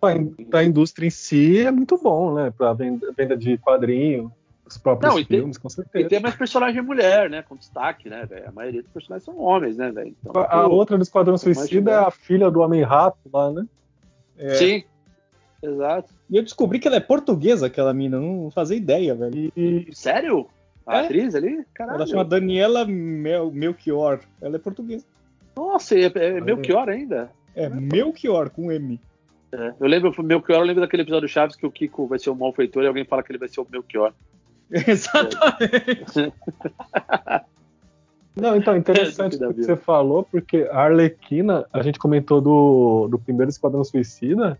Speaker 2: Pra, in- pra indústria em si é muito bom, né? Pra venda, venda de quadrinho, os próprios
Speaker 3: Não, e tem-
Speaker 2: filmes, com
Speaker 3: E
Speaker 2: certeza.
Speaker 3: tem mais personagem mulher, né? Com destaque, né, velho? A maioria dos personagens são homens, né, velho? Então,
Speaker 2: A
Speaker 3: pô,
Speaker 2: outra do Esquadrão
Speaker 3: Tem mais
Speaker 2: Suicida é
Speaker 3: mulher.
Speaker 2: a filha do Homem-Rato lá, né?
Speaker 4: é-
Speaker 3: Sim. Exato.
Speaker 4: E eu descobri que ela é portuguesa, aquela mina. Não fazia ideia, velho.
Speaker 2: E
Speaker 3: Sério? A
Speaker 4: É?
Speaker 3: atriz ali? Caralho.
Speaker 4: Ela chama Daniela Mel Melchior. Ela é portuguesa.
Speaker 3: Nossa, e é, é Melchior ainda. É.
Speaker 4: É Melchior com M. [laughs]
Speaker 3: Eu lembro, o Melchior, eu lembro daquele episódio do Chaves que o Kiko vai ser o malfeitor e alguém fala que ele vai ser o Melchior.
Speaker 4: Exatamente.
Speaker 2: Não, então,
Speaker 3: É, [laughs]
Speaker 2: interessante
Speaker 3: do que
Speaker 2: o que
Speaker 3: dá
Speaker 2: você falou, porque a Arlequina, a gente comentou do, do primeiro Esquadrão Suicida.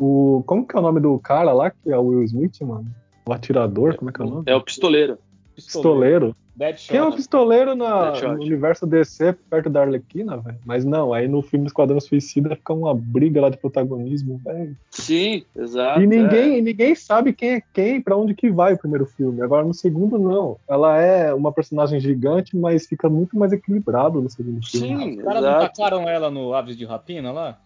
Speaker 2: O, como que é o nome do cara lá, que é o Will Smith, mano? O atirador, como é que é o nome?
Speaker 3: É o pistoleiro.
Speaker 2: Pistoleiro.
Speaker 4: Deadshot.
Speaker 2: Quem é o pistoleiro na,
Speaker 3: Deadshot.
Speaker 2: no universo DC perto da Arlequina, velho? Mas não, aí no filme Esquadrão Suicida fica uma briga lá de protagonismo, velho.
Speaker 3: Sim, exato.
Speaker 2: E
Speaker 3: é.
Speaker 2: ninguém, e ninguém sabe quem é quem, pra onde que vai o primeiro filme. Agora no segundo, não. Ela é uma personagem gigante, mas fica muito mais equilibrado no segundo filme.
Speaker 3: Sim,
Speaker 4: Os caras não
Speaker 3: exato.
Speaker 4: tacaram ela no Aves de Rapina lá?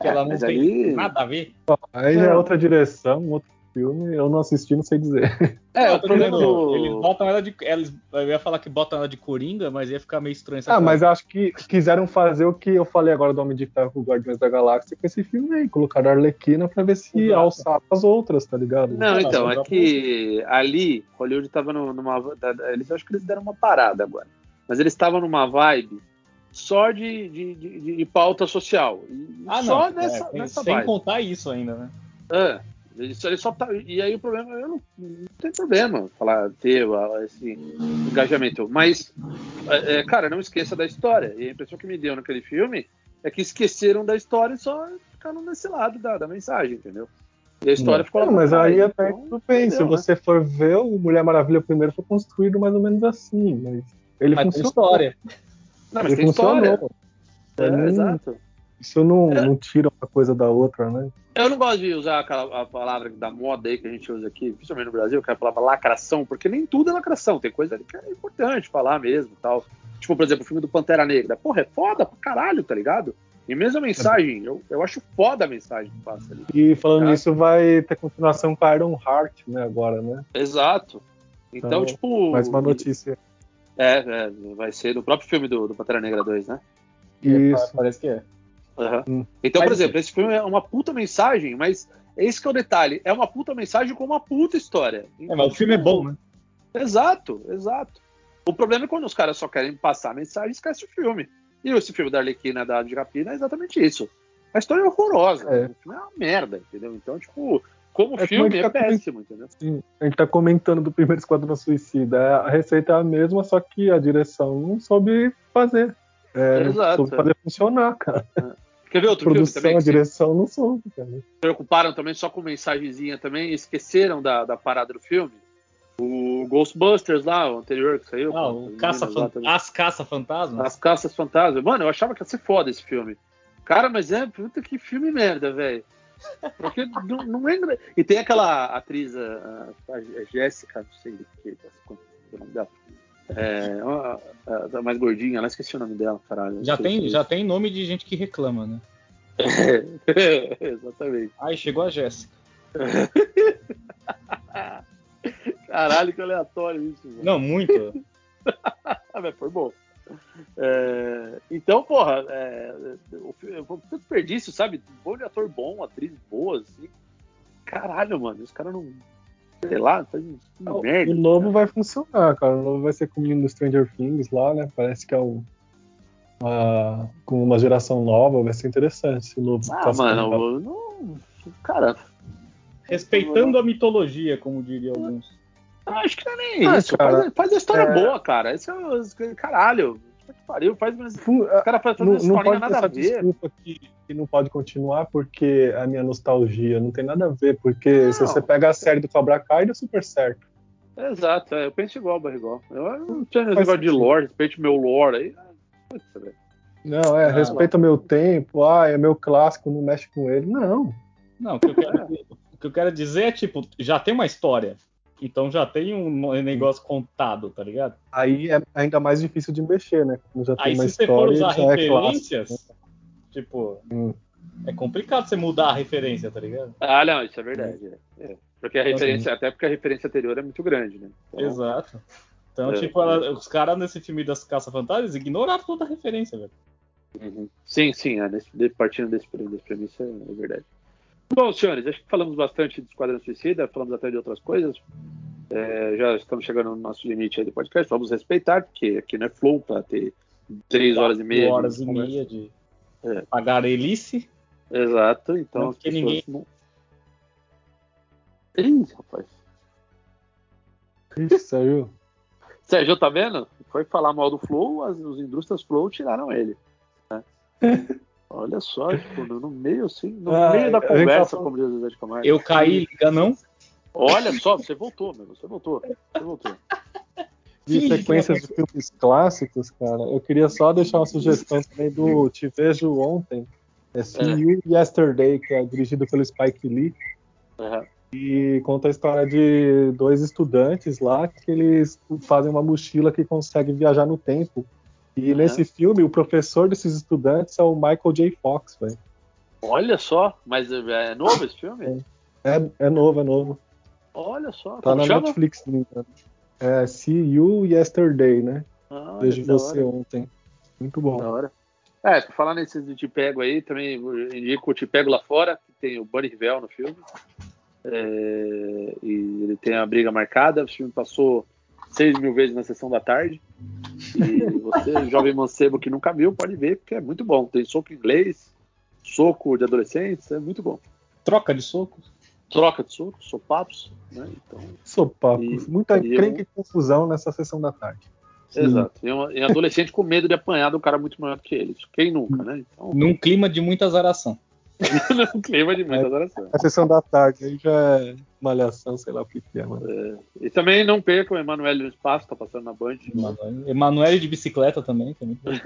Speaker 4: Que
Speaker 3: É,
Speaker 4: ela não
Speaker 3: mas
Speaker 4: tem
Speaker 3: aí-
Speaker 4: nada a ver.
Speaker 2: Aí já é outra direção, outro filme, eu não assisti, não sei dizer.
Speaker 3: É,
Speaker 4: Não,
Speaker 3: o
Speaker 4: tô
Speaker 3: problema
Speaker 4: dizendo, Eles
Speaker 3: do.
Speaker 4: botam ela de. Eles, eu ia falar que botam ela de coringa, mas ia ficar meio estranho. essa
Speaker 2: [laughs] Ah,
Speaker 4: coisa.
Speaker 2: mas eu acho que quiseram fazer o que eu falei agora do Homem de Ferro com Guardiões da Galáxia com esse filme aí, colocar a Arlequina pra ver se
Speaker 4: Exato.
Speaker 2: alçava as outras, tá ligado?
Speaker 3: Não, então, é
Speaker 4: Não,
Speaker 3: que ali, Hollywood tava no- numa. da- da- Eles acho que eles deram uma parada agora. Mas eles estavam numa vibe só de, de, de- de- de pauta social. E
Speaker 4: Ah, não.
Speaker 3: só
Speaker 4: é,
Speaker 3: nessa,
Speaker 4: tem-
Speaker 3: nessa
Speaker 4: sem
Speaker 3: vibe.
Speaker 4: contar isso ainda, né?
Speaker 3: É, ele só, ele só tá- e aí o problema, eu não, não tem problema falar, ter ah, esse engajamento. Mas, é, é, cara, não esqueça da história. E a impressão que me deu naquele filme é que esqueceram da história e só ficaram nesse lado da, da mensagem, entendeu? E a história ficou lá
Speaker 2: Não, mas
Speaker 3: pra trás,
Speaker 2: aí até
Speaker 3: então,
Speaker 2: tudo bem. Se
Speaker 3: entendeu, né?
Speaker 2: você for ver, o Mulher Maravilha primeiro foi construído mais ou menos assim, mas ele
Speaker 4: Mas tem
Speaker 2: funcionou.
Speaker 4: história.
Speaker 3: né? Não, mas
Speaker 2: Ele
Speaker 3: tem história.
Speaker 2: funcionou.
Speaker 3: É,
Speaker 2: Pra mim,
Speaker 3: Exato.
Speaker 2: Isso não,
Speaker 3: É.
Speaker 2: não tira uma coisa da outra, né?
Speaker 3: Eu não gosto de usar aquela a palavra da moda aí que a gente usa aqui, principalmente no Brasil, que é a palavra lacração, porque nem tudo é lacração, tem coisa ali que é importante falar mesmo e tal. Tipo, por exemplo, o filme do Pantera Negra. Porra, é foda pra caralho, tá ligado? E mesmo a mensagem, eu, eu acho foda a mensagem que passa ali.
Speaker 2: E falando
Speaker 3: Tá.
Speaker 2: nisso, vai ter continuação com a Iron Heart, né, agora, né?
Speaker 3: Exato. Então,
Speaker 2: Então,
Speaker 3: tipo.
Speaker 2: Mais uma notícia.
Speaker 3: É, é, vai ser do próprio filme do, do Pantera Negra 2, né?
Speaker 2: Isso.
Speaker 4: Parece que é.
Speaker 3: Aham.
Speaker 2: Hum.
Speaker 3: Então, por
Speaker 4: Mas-
Speaker 3: exemplo, esse filme é uma puta mensagem, mas esse que é o detalhe. É uma puta mensagem com uma puta história.
Speaker 4: É, mas o filme é bom, né?
Speaker 3: Exato, exato. O problema é quando os caras só querem passar a mensagem e esquece o filme. E esse filme da Arlequina da Ave de Rapina é exatamente isso. A história é horrorosa.
Speaker 2: É.
Speaker 3: né? O filme é uma merda, entendeu? Então, tipo, como
Speaker 2: É como a
Speaker 3: filme
Speaker 2: gente
Speaker 3: é
Speaker 2: tá comentando.
Speaker 3: péssimo, entendeu?
Speaker 2: Sim, a gente tá comentando do primeiro Esquadrão Suicida. A receita é a mesma, só que a direção não soube fazer. É, não
Speaker 3: Exato,
Speaker 2: soube
Speaker 3: é.
Speaker 2: fazer funcionar, cara.
Speaker 3: Quer ver
Speaker 2: A
Speaker 3: outro filme
Speaker 2: produção,
Speaker 3: também?
Speaker 2: a
Speaker 3: Que se
Speaker 2: direção não soube, cara.
Speaker 3: preocuparam também só com mensagenzinha também, e esqueceram da, da parada do filme. O Ghostbusters lá, o anterior que saiu.
Speaker 4: Ah,
Speaker 3: com
Speaker 4: o
Speaker 3: as
Speaker 4: caça
Speaker 3: meninas lá também.
Speaker 4: as caça-fantasmas?
Speaker 3: As Caças Fantasmas. Mano, eu achava que ia ser foda esse filme. Cara, mas é, puta que filme merda, velho. Porque não, não é. engra- E tem aquela atriz, a, a- a Jéssica, não sei o que, como é o nome dela. É, uma- a, a mais gordinha, ela esqueci o nome dela, caralho.
Speaker 4: Já
Speaker 3: [laughs]
Speaker 4: tem, já tem nome de gente que reclama, né?
Speaker 3: É, Exatamente.
Speaker 4: Ai, chegou a Jéssica.
Speaker 3: Caralho, que aleatório isso, mano.
Speaker 4: Não, [laughs] muito.
Speaker 3: Ah, mas foi bom. É, então, porra, é, o filme- foi um desperdício, sabe? Um bom de ator bom, atriz boa, assim. Caralho, mano, os caras não. Sei lá, tá de
Speaker 2: O
Speaker 3: merda.
Speaker 2: o novo vai funcionar, cara. O novo vai ser com o menino do Stranger Things lá, né? Parece que é o. a- com uma geração nova, vai ser interessante esse novo.
Speaker 3: Ah,
Speaker 2: Caça
Speaker 3: mano,
Speaker 2: Fantasma.
Speaker 3: eu não. Cara,
Speaker 4: Respeitando a mitologia, como diria alguns.
Speaker 3: acho que não é nem
Speaker 2: Ah,
Speaker 3: isso.
Speaker 2: cara,
Speaker 3: faz, faz a história
Speaker 2: é-
Speaker 3: boa, cara. Esse é o. Caralho, puta que pariu, faz mais. Os
Speaker 2: Fu-
Speaker 3: caras fazem
Speaker 2: Não,
Speaker 3: uma
Speaker 2: não
Speaker 3: historinha
Speaker 2: pode ter
Speaker 3: nada a
Speaker 2: essa
Speaker 3: ver.
Speaker 2: desculpa que, que não pode continuar porque a minha nostalgia não tem nada a ver, porque se
Speaker 3: Não.
Speaker 2: você pega a série do Cobra Kai, deu super certo.
Speaker 3: Exato, é, eu penso igual, Barrigol. Eu não tinha esse
Speaker 2: Faz
Speaker 3: negócio de
Speaker 2: sentido.
Speaker 3: lore, respeite meu lore aí. é, Putz, velho.
Speaker 2: Não, é,
Speaker 4: Ah,
Speaker 2: respeita meu tempo, ah, é meu clássico, não mexe com ele. Não.
Speaker 4: Não, o que, eu quero, o que eu quero dizer é, tipo, já tem uma história. Então já tem um negócio contado, tá ligado?
Speaker 2: Aí é ainda mais difícil de mexer, né? Quando já
Speaker 4: Aí
Speaker 2: tem uma
Speaker 4: se você
Speaker 2: história,
Speaker 4: for usar
Speaker 2: já é clássico.
Speaker 4: referências, tipo,
Speaker 2: Hum.
Speaker 4: é complicado você mudar a referência, tá ligado?
Speaker 3: Ah, não, isso é
Speaker 4: Hum.
Speaker 3: verdade. é. É. Porque a referência, até porque a referência anterior é muito grande, né? Então,
Speaker 4: Tá Exato. Então,
Speaker 3: É.
Speaker 4: tipo, ela- os caras nesse filme das caça-fantasmas ignoraram toda a referência, velho.
Speaker 3: uhum. Sim, sim, é, nesse- de- partindo desse, pre- desse premissa, é verdade. Bom, senhores, acho que falamos bastante do Esquadrão Suicida, falamos até de outras coisas. É, já estamos chegando no nosso limite aí do podcast, vamos respeitar, porque aqui não é flow para ter três horas e meia. de
Speaker 4: horas e
Speaker 3: conversa.
Speaker 4: meia de
Speaker 3: É.
Speaker 4: pagarelice.
Speaker 3: Exato, então.
Speaker 4: Não,
Speaker 3: as
Speaker 4: porque
Speaker 3: pessoas não- Ih, rapaz.
Speaker 2: Isso, saiu.
Speaker 3: Sérgio, tá vendo? Foi falar mal do Flow, as, os indústrias Flow tiraram ele.
Speaker 2: [laughs]
Speaker 3: né? Olha só, tipo, no, no meio assim, no
Speaker 2: Ah,
Speaker 3: meio da
Speaker 2: a gente tá
Speaker 3: conversa,
Speaker 2: falando-
Speaker 3: como diz o Zé de Camargo.
Speaker 4: Eu caí, liga não.
Speaker 3: Olha só, você voltou, meu, você voltou, você voltou.
Speaker 2: de
Speaker 4: Finge que
Speaker 2: sequências de filmes clássicos, cara, eu queria só deixar uma sugestão também do Te Vejo Ontem, é See
Speaker 3: É.
Speaker 2: You Yesterday, que é dirigido pelo Spike Lee,
Speaker 3: É.
Speaker 2: e conta a história de dois estudantes lá que eles fazem uma mochila que consegue viajar no tempo. E
Speaker 3: Aham.
Speaker 2: nesse filme, o professor desses estudantes é o Michael J. Fox, velho.
Speaker 3: Olha só, mas é é novo esse filme?
Speaker 2: É, é novo, é novo.
Speaker 3: Olha só,
Speaker 2: Tá
Speaker 3: como
Speaker 2: na
Speaker 3: chama?
Speaker 2: Netflix, né? É See You Yesterday, né?
Speaker 3: Ah,
Speaker 2: Vejo
Speaker 3: que da
Speaker 2: você
Speaker 3: hora,
Speaker 2: ontem. Muito bom.
Speaker 3: Da hora. É, por falar nesse do Te Pego aí, também indico o Te Pego Lá Fora, que tem o Bunny Rivel no filme. É, e ele tem a briga marcada. O filme passou 6 mil vezes na sessão da tarde. [laughs] E você, jovem mancebo que nunca viu, pode ver, porque é muito bom. Tem soco inglês, soco de adolescentes, é muito bom.
Speaker 4: Troca de socos.
Speaker 3: Troca de soco, sopapos, né? Então,
Speaker 2: Sopapos,
Speaker 3: E-
Speaker 2: muita
Speaker 3: e eu-
Speaker 2: encrenca e confusão nessa sessão da tarde.
Speaker 3: exato. E um, e um adolescente com medo de apanhar de um cara muito maior que ele. Quem nunca, né? Então, [laughs]
Speaker 4: Num clima de muita azaração.
Speaker 3: não clima demais, agora sim.
Speaker 2: A sessão da tarde aí já é malhação, sei lá o que, que é, mano.
Speaker 3: E também não perca o Emanuele no Espaço, tá passando na Band. [laughs]
Speaker 4: Emanuele- Emanuele de bicicleta também, que é muito bom.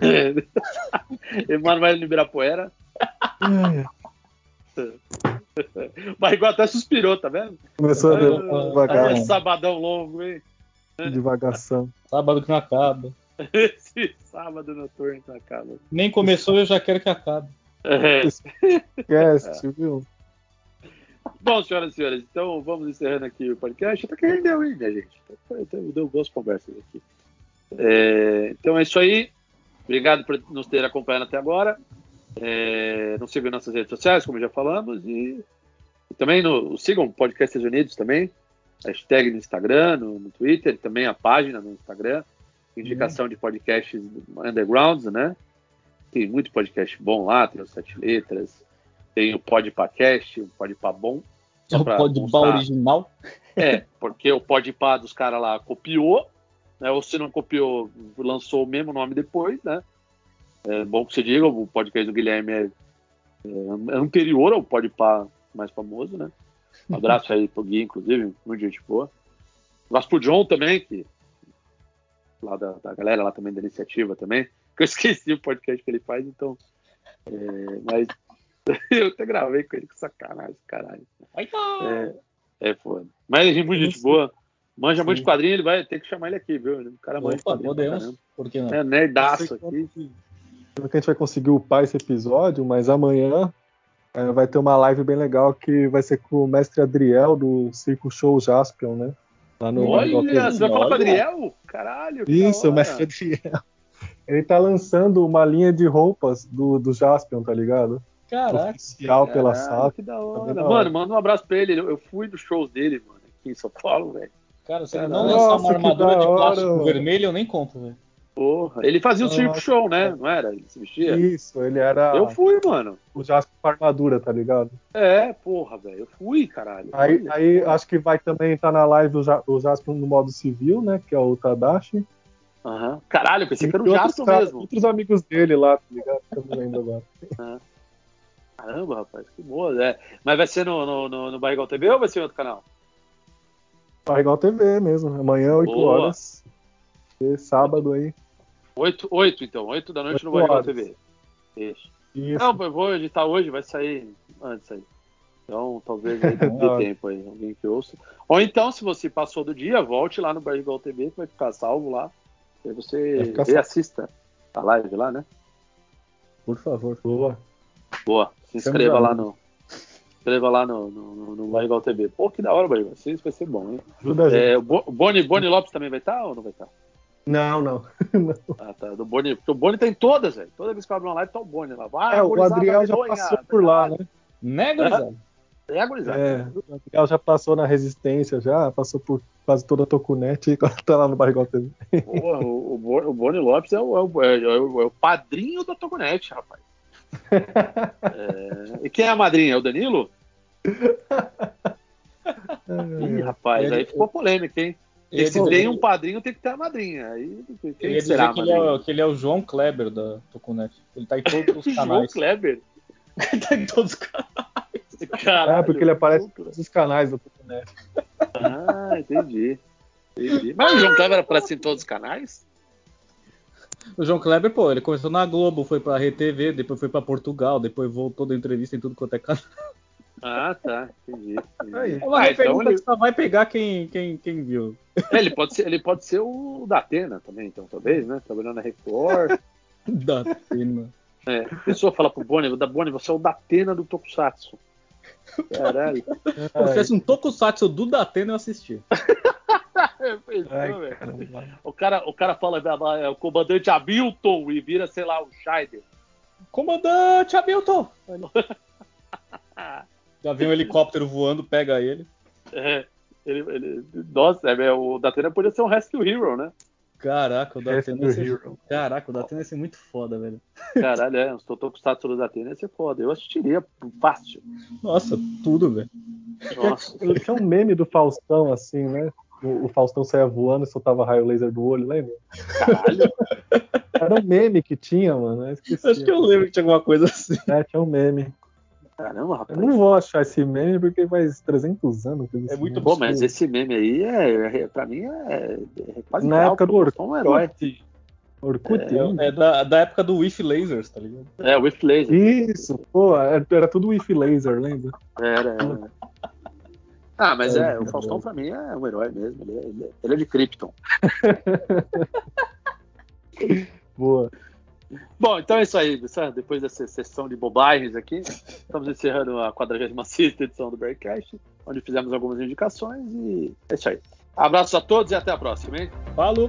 Speaker 3: Emanuele no Ibirapuera. O Barrigol até suspirou, tá vendo?
Speaker 2: Começou a
Speaker 4: Ah,
Speaker 2: ver
Speaker 4: ah,
Speaker 2: devagar,
Speaker 4: ah,
Speaker 3: Olha esse sabadão longo, hein? [laughs] ah.
Speaker 2: devagação.
Speaker 4: Sábado que não acaba.
Speaker 3: Esse sábado noturno que acaba.
Speaker 4: Nem começou, eu já quero que acabe.
Speaker 3: É.
Speaker 2: Esquece, viu?
Speaker 3: Bom, senhoras e senhores, então vamos encerrando aqui o podcast. Até que rendeu, hein, minha gente? Até- até Deu boas conversas aqui. É, então é isso aí. Obrigado por nos ter acompanhado até agora. É, nos sigam em nossas redes sociais, como já falamos, e, e também no, sigam o Podcasts Unidos também. Hashtag no Instagram, no, no Twitter, também a página no Instagram. indicação de podcasts undergrounds, né? Tem muito podcast bom lá, tem o Sete Letras, tem o Podpacast, o Podpá Bom.
Speaker 4: É o
Speaker 3: pra
Speaker 4: Podpah
Speaker 3: constar.
Speaker 4: original.
Speaker 3: É, porque o Podpá dos caras lá copiou, né? Ou se não copiou, lançou o mesmo nome depois, né? É bom que você diga, o podcast do Guilherme é, é anterior ao Podpá mais famoso, né? Um abraço aí pro Gui, inclusive, muito gente boa. Um abraço pro John também, que lá da, da galera lá também da iniciativa também, que eu esqueci o podcast que ele faz, então. é, mas [laughs] eu até gravei com ele, que sacanagem, caralho.
Speaker 4: Ai, tá.
Speaker 3: É, é foda. Mas ele é muito gente
Speaker 4: Sim.
Speaker 3: boa. Manja muito
Speaker 4: Sim.
Speaker 3: de quadrinho, ele vai ter que chamar ele aqui, viu? O cara manja de
Speaker 4: Opa,
Speaker 3: quadrinho. pra
Speaker 4: podemos.
Speaker 3: caramba.
Speaker 4: Por que não?
Speaker 3: É nerdaço aqui.
Speaker 2: Pelo que a gente vai conseguir upar esse episódio, mas amanhã eh, vai ter uma live bem legal que vai ser com o mestre Adriel do Circo Show Jaspion, né? Lá no
Speaker 3: Olha,
Speaker 2: Bardock
Speaker 3: você vai falar com o
Speaker 4: Olha.
Speaker 3: Adriel? Caralho. que
Speaker 2: Isso,
Speaker 3: da
Speaker 2: o
Speaker 3: hora.
Speaker 2: mestre Adriel. Ele tá lançando uma linha de roupas do, do Jaspion, tá ligado?
Speaker 4: Caraca.
Speaker 2: Oficial pela
Speaker 3: Caralho,
Speaker 2: SAP.
Speaker 3: Que da
Speaker 2: Tá
Speaker 3: hora.
Speaker 2: bem da hora.
Speaker 3: Mano, manda um abraço pra ele. Eu eu fui dos shows dele, mano, aqui em São Paulo, velho.
Speaker 4: Cara, se
Speaker 3: Cara,
Speaker 4: ele não
Speaker 3: nossa,
Speaker 4: lançar
Speaker 2: que
Speaker 4: uma armadura
Speaker 2: da
Speaker 4: de plástico
Speaker 2: hora.
Speaker 4: vermelho, eu nem compro, velho.
Speaker 3: Porra. Ele fazia o
Speaker 2: Nossa.
Speaker 3: circo show, né? Não era? Ele se vestia?
Speaker 2: Isso, ele era
Speaker 3: Eu fui, mano.
Speaker 2: o Jaspion com armadura, tá ligado?
Speaker 3: É, porra, velho. Eu fui, caralho.
Speaker 2: Aí,
Speaker 3: Olha,
Speaker 2: aí
Speaker 3: porra.
Speaker 2: acho que vai também estar na live o, Ja- o Jaspion no modo civil, né? Que é o Tadashi.
Speaker 3: Aham. Caralho, eu pensei que era o
Speaker 2: Tem
Speaker 3: Jason
Speaker 2: caras-
Speaker 3: mesmo.
Speaker 2: Outros amigos dele lá, tá ligado? Que eu não lembro agora.
Speaker 3: Caramba, rapaz, que boa, né? Mas vai ser no, no, no, no Barrigol TV ou vai ser em outro canal?
Speaker 2: Barrigal TV mesmo. Amanhã, 8
Speaker 3: Boa.
Speaker 2: horas. E sábado aí.
Speaker 3: Oito, oito então, oito da noite no
Speaker 2: Oito
Speaker 3: Barrigol
Speaker 2: horas.
Speaker 3: TV. Isso.
Speaker 2: Isso.
Speaker 3: Não, eu vou editar hoje, vai sair antes aí. Então, talvez
Speaker 2: [laughs]
Speaker 3: aí dê tempo aí, alguém que ouça. Ou então, se você passou do dia, volte lá no Barrigol TV, que vai ficar salvo lá. Aí
Speaker 2: Vai
Speaker 3: você
Speaker 2: ficar salvo.
Speaker 3: reassista a live lá, né?
Speaker 4: Por favor.
Speaker 2: Boa.
Speaker 3: Boa. Se
Speaker 4: Estamos
Speaker 3: inscreva lá
Speaker 4: amigos.
Speaker 3: no. se Inscreva lá no, no, no, no Barrigol TV. Pô, que da hora, Barrigol. Isso vai ser bom, hein?
Speaker 2: Ajuda a gente.
Speaker 3: É, o Bo- Boni, Boni Lopes também vai estar ou não vai estar?
Speaker 2: Não, não.
Speaker 3: Ah, tá. Do Boni. Porque o Boni tá em todas, velho. Toda vez que eu abro uma live, tá o Boni lá. Vai,
Speaker 2: É, o
Speaker 3: gurizada, tá
Speaker 2: Adriel já
Speaker 3: medonha.
Speaker 2: passou por lá, né?
Speaker 4: Né, gurizada?
Speaker 3: É, gurizada.
Speaker 2: É, o Adriel já passou na Resistência, já passou por quase toda a Tocunete e agora tá lá no Barrigal TV.
Speaker 3: Porra, o, o Bo- o Boni Lopes é o, é o- é o- é o padrinho da Togonete, rapaz. É, E quem é a madrinha? É o Danilo?
Speaker 2: É,
Speaker 3: Ih, rapaz,
Speaker 4: Ele-
Speaker 3: aí ficou polêmico, hein?
Speaker 4: Ele-
Speaker 3: se tem um padrinho, tem que ter a madrinha. Aí, quem
Speaker 4: Eu ia
Speaker 3: será
Speaker 4: dizer
Speaker 3: a
Speaker 4: que ele, é, o-
Speaker 3: madrinha?
Speaker 4: que ele é o João Kleber da Tokunet. Ele tá em todos os
Speaker 3: [laughs] João
Speaker 4: canais.
Speaker 3: Kleber.
Speaker 4: Ele tá em [laughs] todos os canais.
Speaker 3: Caralho,
Speaker 2: É, porque ele aparece
Speaker 3: João
Speaker 2: em
Speaker 3: Kleber.
Speaker 2: todos os canais da Tocunete.
Speaker 3: Ah, entendi. entendi. Mas o João Kleber aparece em todos os canais?
Speaker 4: O João Kleber, pô, ele começou na Globo, foi pra RTV, depois foi pra Portugal, depois voltou da entrevista em tudo quanto é canal.
Speaker 3: Ah, tá. Entendi. entendi.
Speaker 2: Aí.
Speaker 4: É uma
Speaker 3: Ah, então
Speaker 4: referência
Speaker 3: ele-
Speaker 4: que só vai pegar quem, quem, quem viu.
Speaker 3: É, ele pode ser, ele pode ser o da Atena também, então, talvez, né? Trabalhando na [laughs] Record.
Speaker 4: Da pena.
Speaker 3: É, a pessoa fala pro Boni, da Boni, você é o da Atena do Tokusatsu. Caralho.
Speaker 4: Se tivesse um Tokusatsu do Datena, eu assistia.
Speaker 3: É, pensou,
Speaker 2: Ai,
Speaker 3: velho?
Speaker 2: caramba.
Speaker 3: o, cara, o cara fala é, é, o comandante Hamilton e vira, sei lá, o Scheider.
Speaker 4: Comandante Hamilton! [laughs] Já vem um helicóptero voando, pega ele.
Speaker 3: É, ele, ele- nossa, é, é, o da Atena podia ser um Rescue Hero, né?
Speaker 4: Caraca, o Datena ia
Speaker 2: Rescue
Speaker 4: ser...
Speaker 2: Hero.
Speaker 4: Caraca, o Datena ia ser muito foda, velho.
Speaker 3: Caralho, é, os Tokusatsu da Atena ia ser foda. Eu assistiria fácil.
Speaker 4: Nossa, tudo, velho.
Speaker 3: Nossa.
Speaker 2: Ele tinha um meme do Faustão, assim, né? O, o Faustão saia voando e soltava raio laser do olho, lembra?
Speaker 3: Caralho.
Speaker 2: Era um meme que tinha, mano. Eu esqueci.
Speaker 4: Acho que eu lembro que tinha alguma coisa assim.
Speaker 2: É, tinha um meme.
Speaker 3: Caramba,
Speaker 2: Eu
Speaker 3: rapaz.
Speaker 2: não vou achar esse meme porque faz 300 anos. que eu vi
Speaker 4: É
Speaker 2: esse
Speaker 4: muito
Speaker 2: meme.
Speaker 4: bom,
Speaker 3: Pô, mas esse meme aí, é, é, pra mim, é, é quase
Speaker 2: Na
Speaker 3: igual,
Speaker 2: época do
Speaker 3: pô,
Speaker 2: Orkut.
Speaker 3: é um herói.
Speaker 2: Orkut. hein?
Speaker 4: É, é da, da época do Wiff Lasers, tá ligado?
Speaker 3: É, o With Laser.
Speaker 2: Isso, pô, era era tudo If Laser, lembra?
Speaker 3: É, Era, era. Ah, mas é, o Faustão pra mim é um herói mesmo. Ele é, ele é- ele é de Krypton.
Speaker 2: Boa.
Speaker 3: Bom, então é isso aí, Gustavo. Depois dessa sessão de bobagens aqui, estamos encerrando a 46 edição do Bearcast, onde fizemos algumas indicações e é isso aí. Abraços a todos e até a próxima, hein?
Speaker 4: Falou!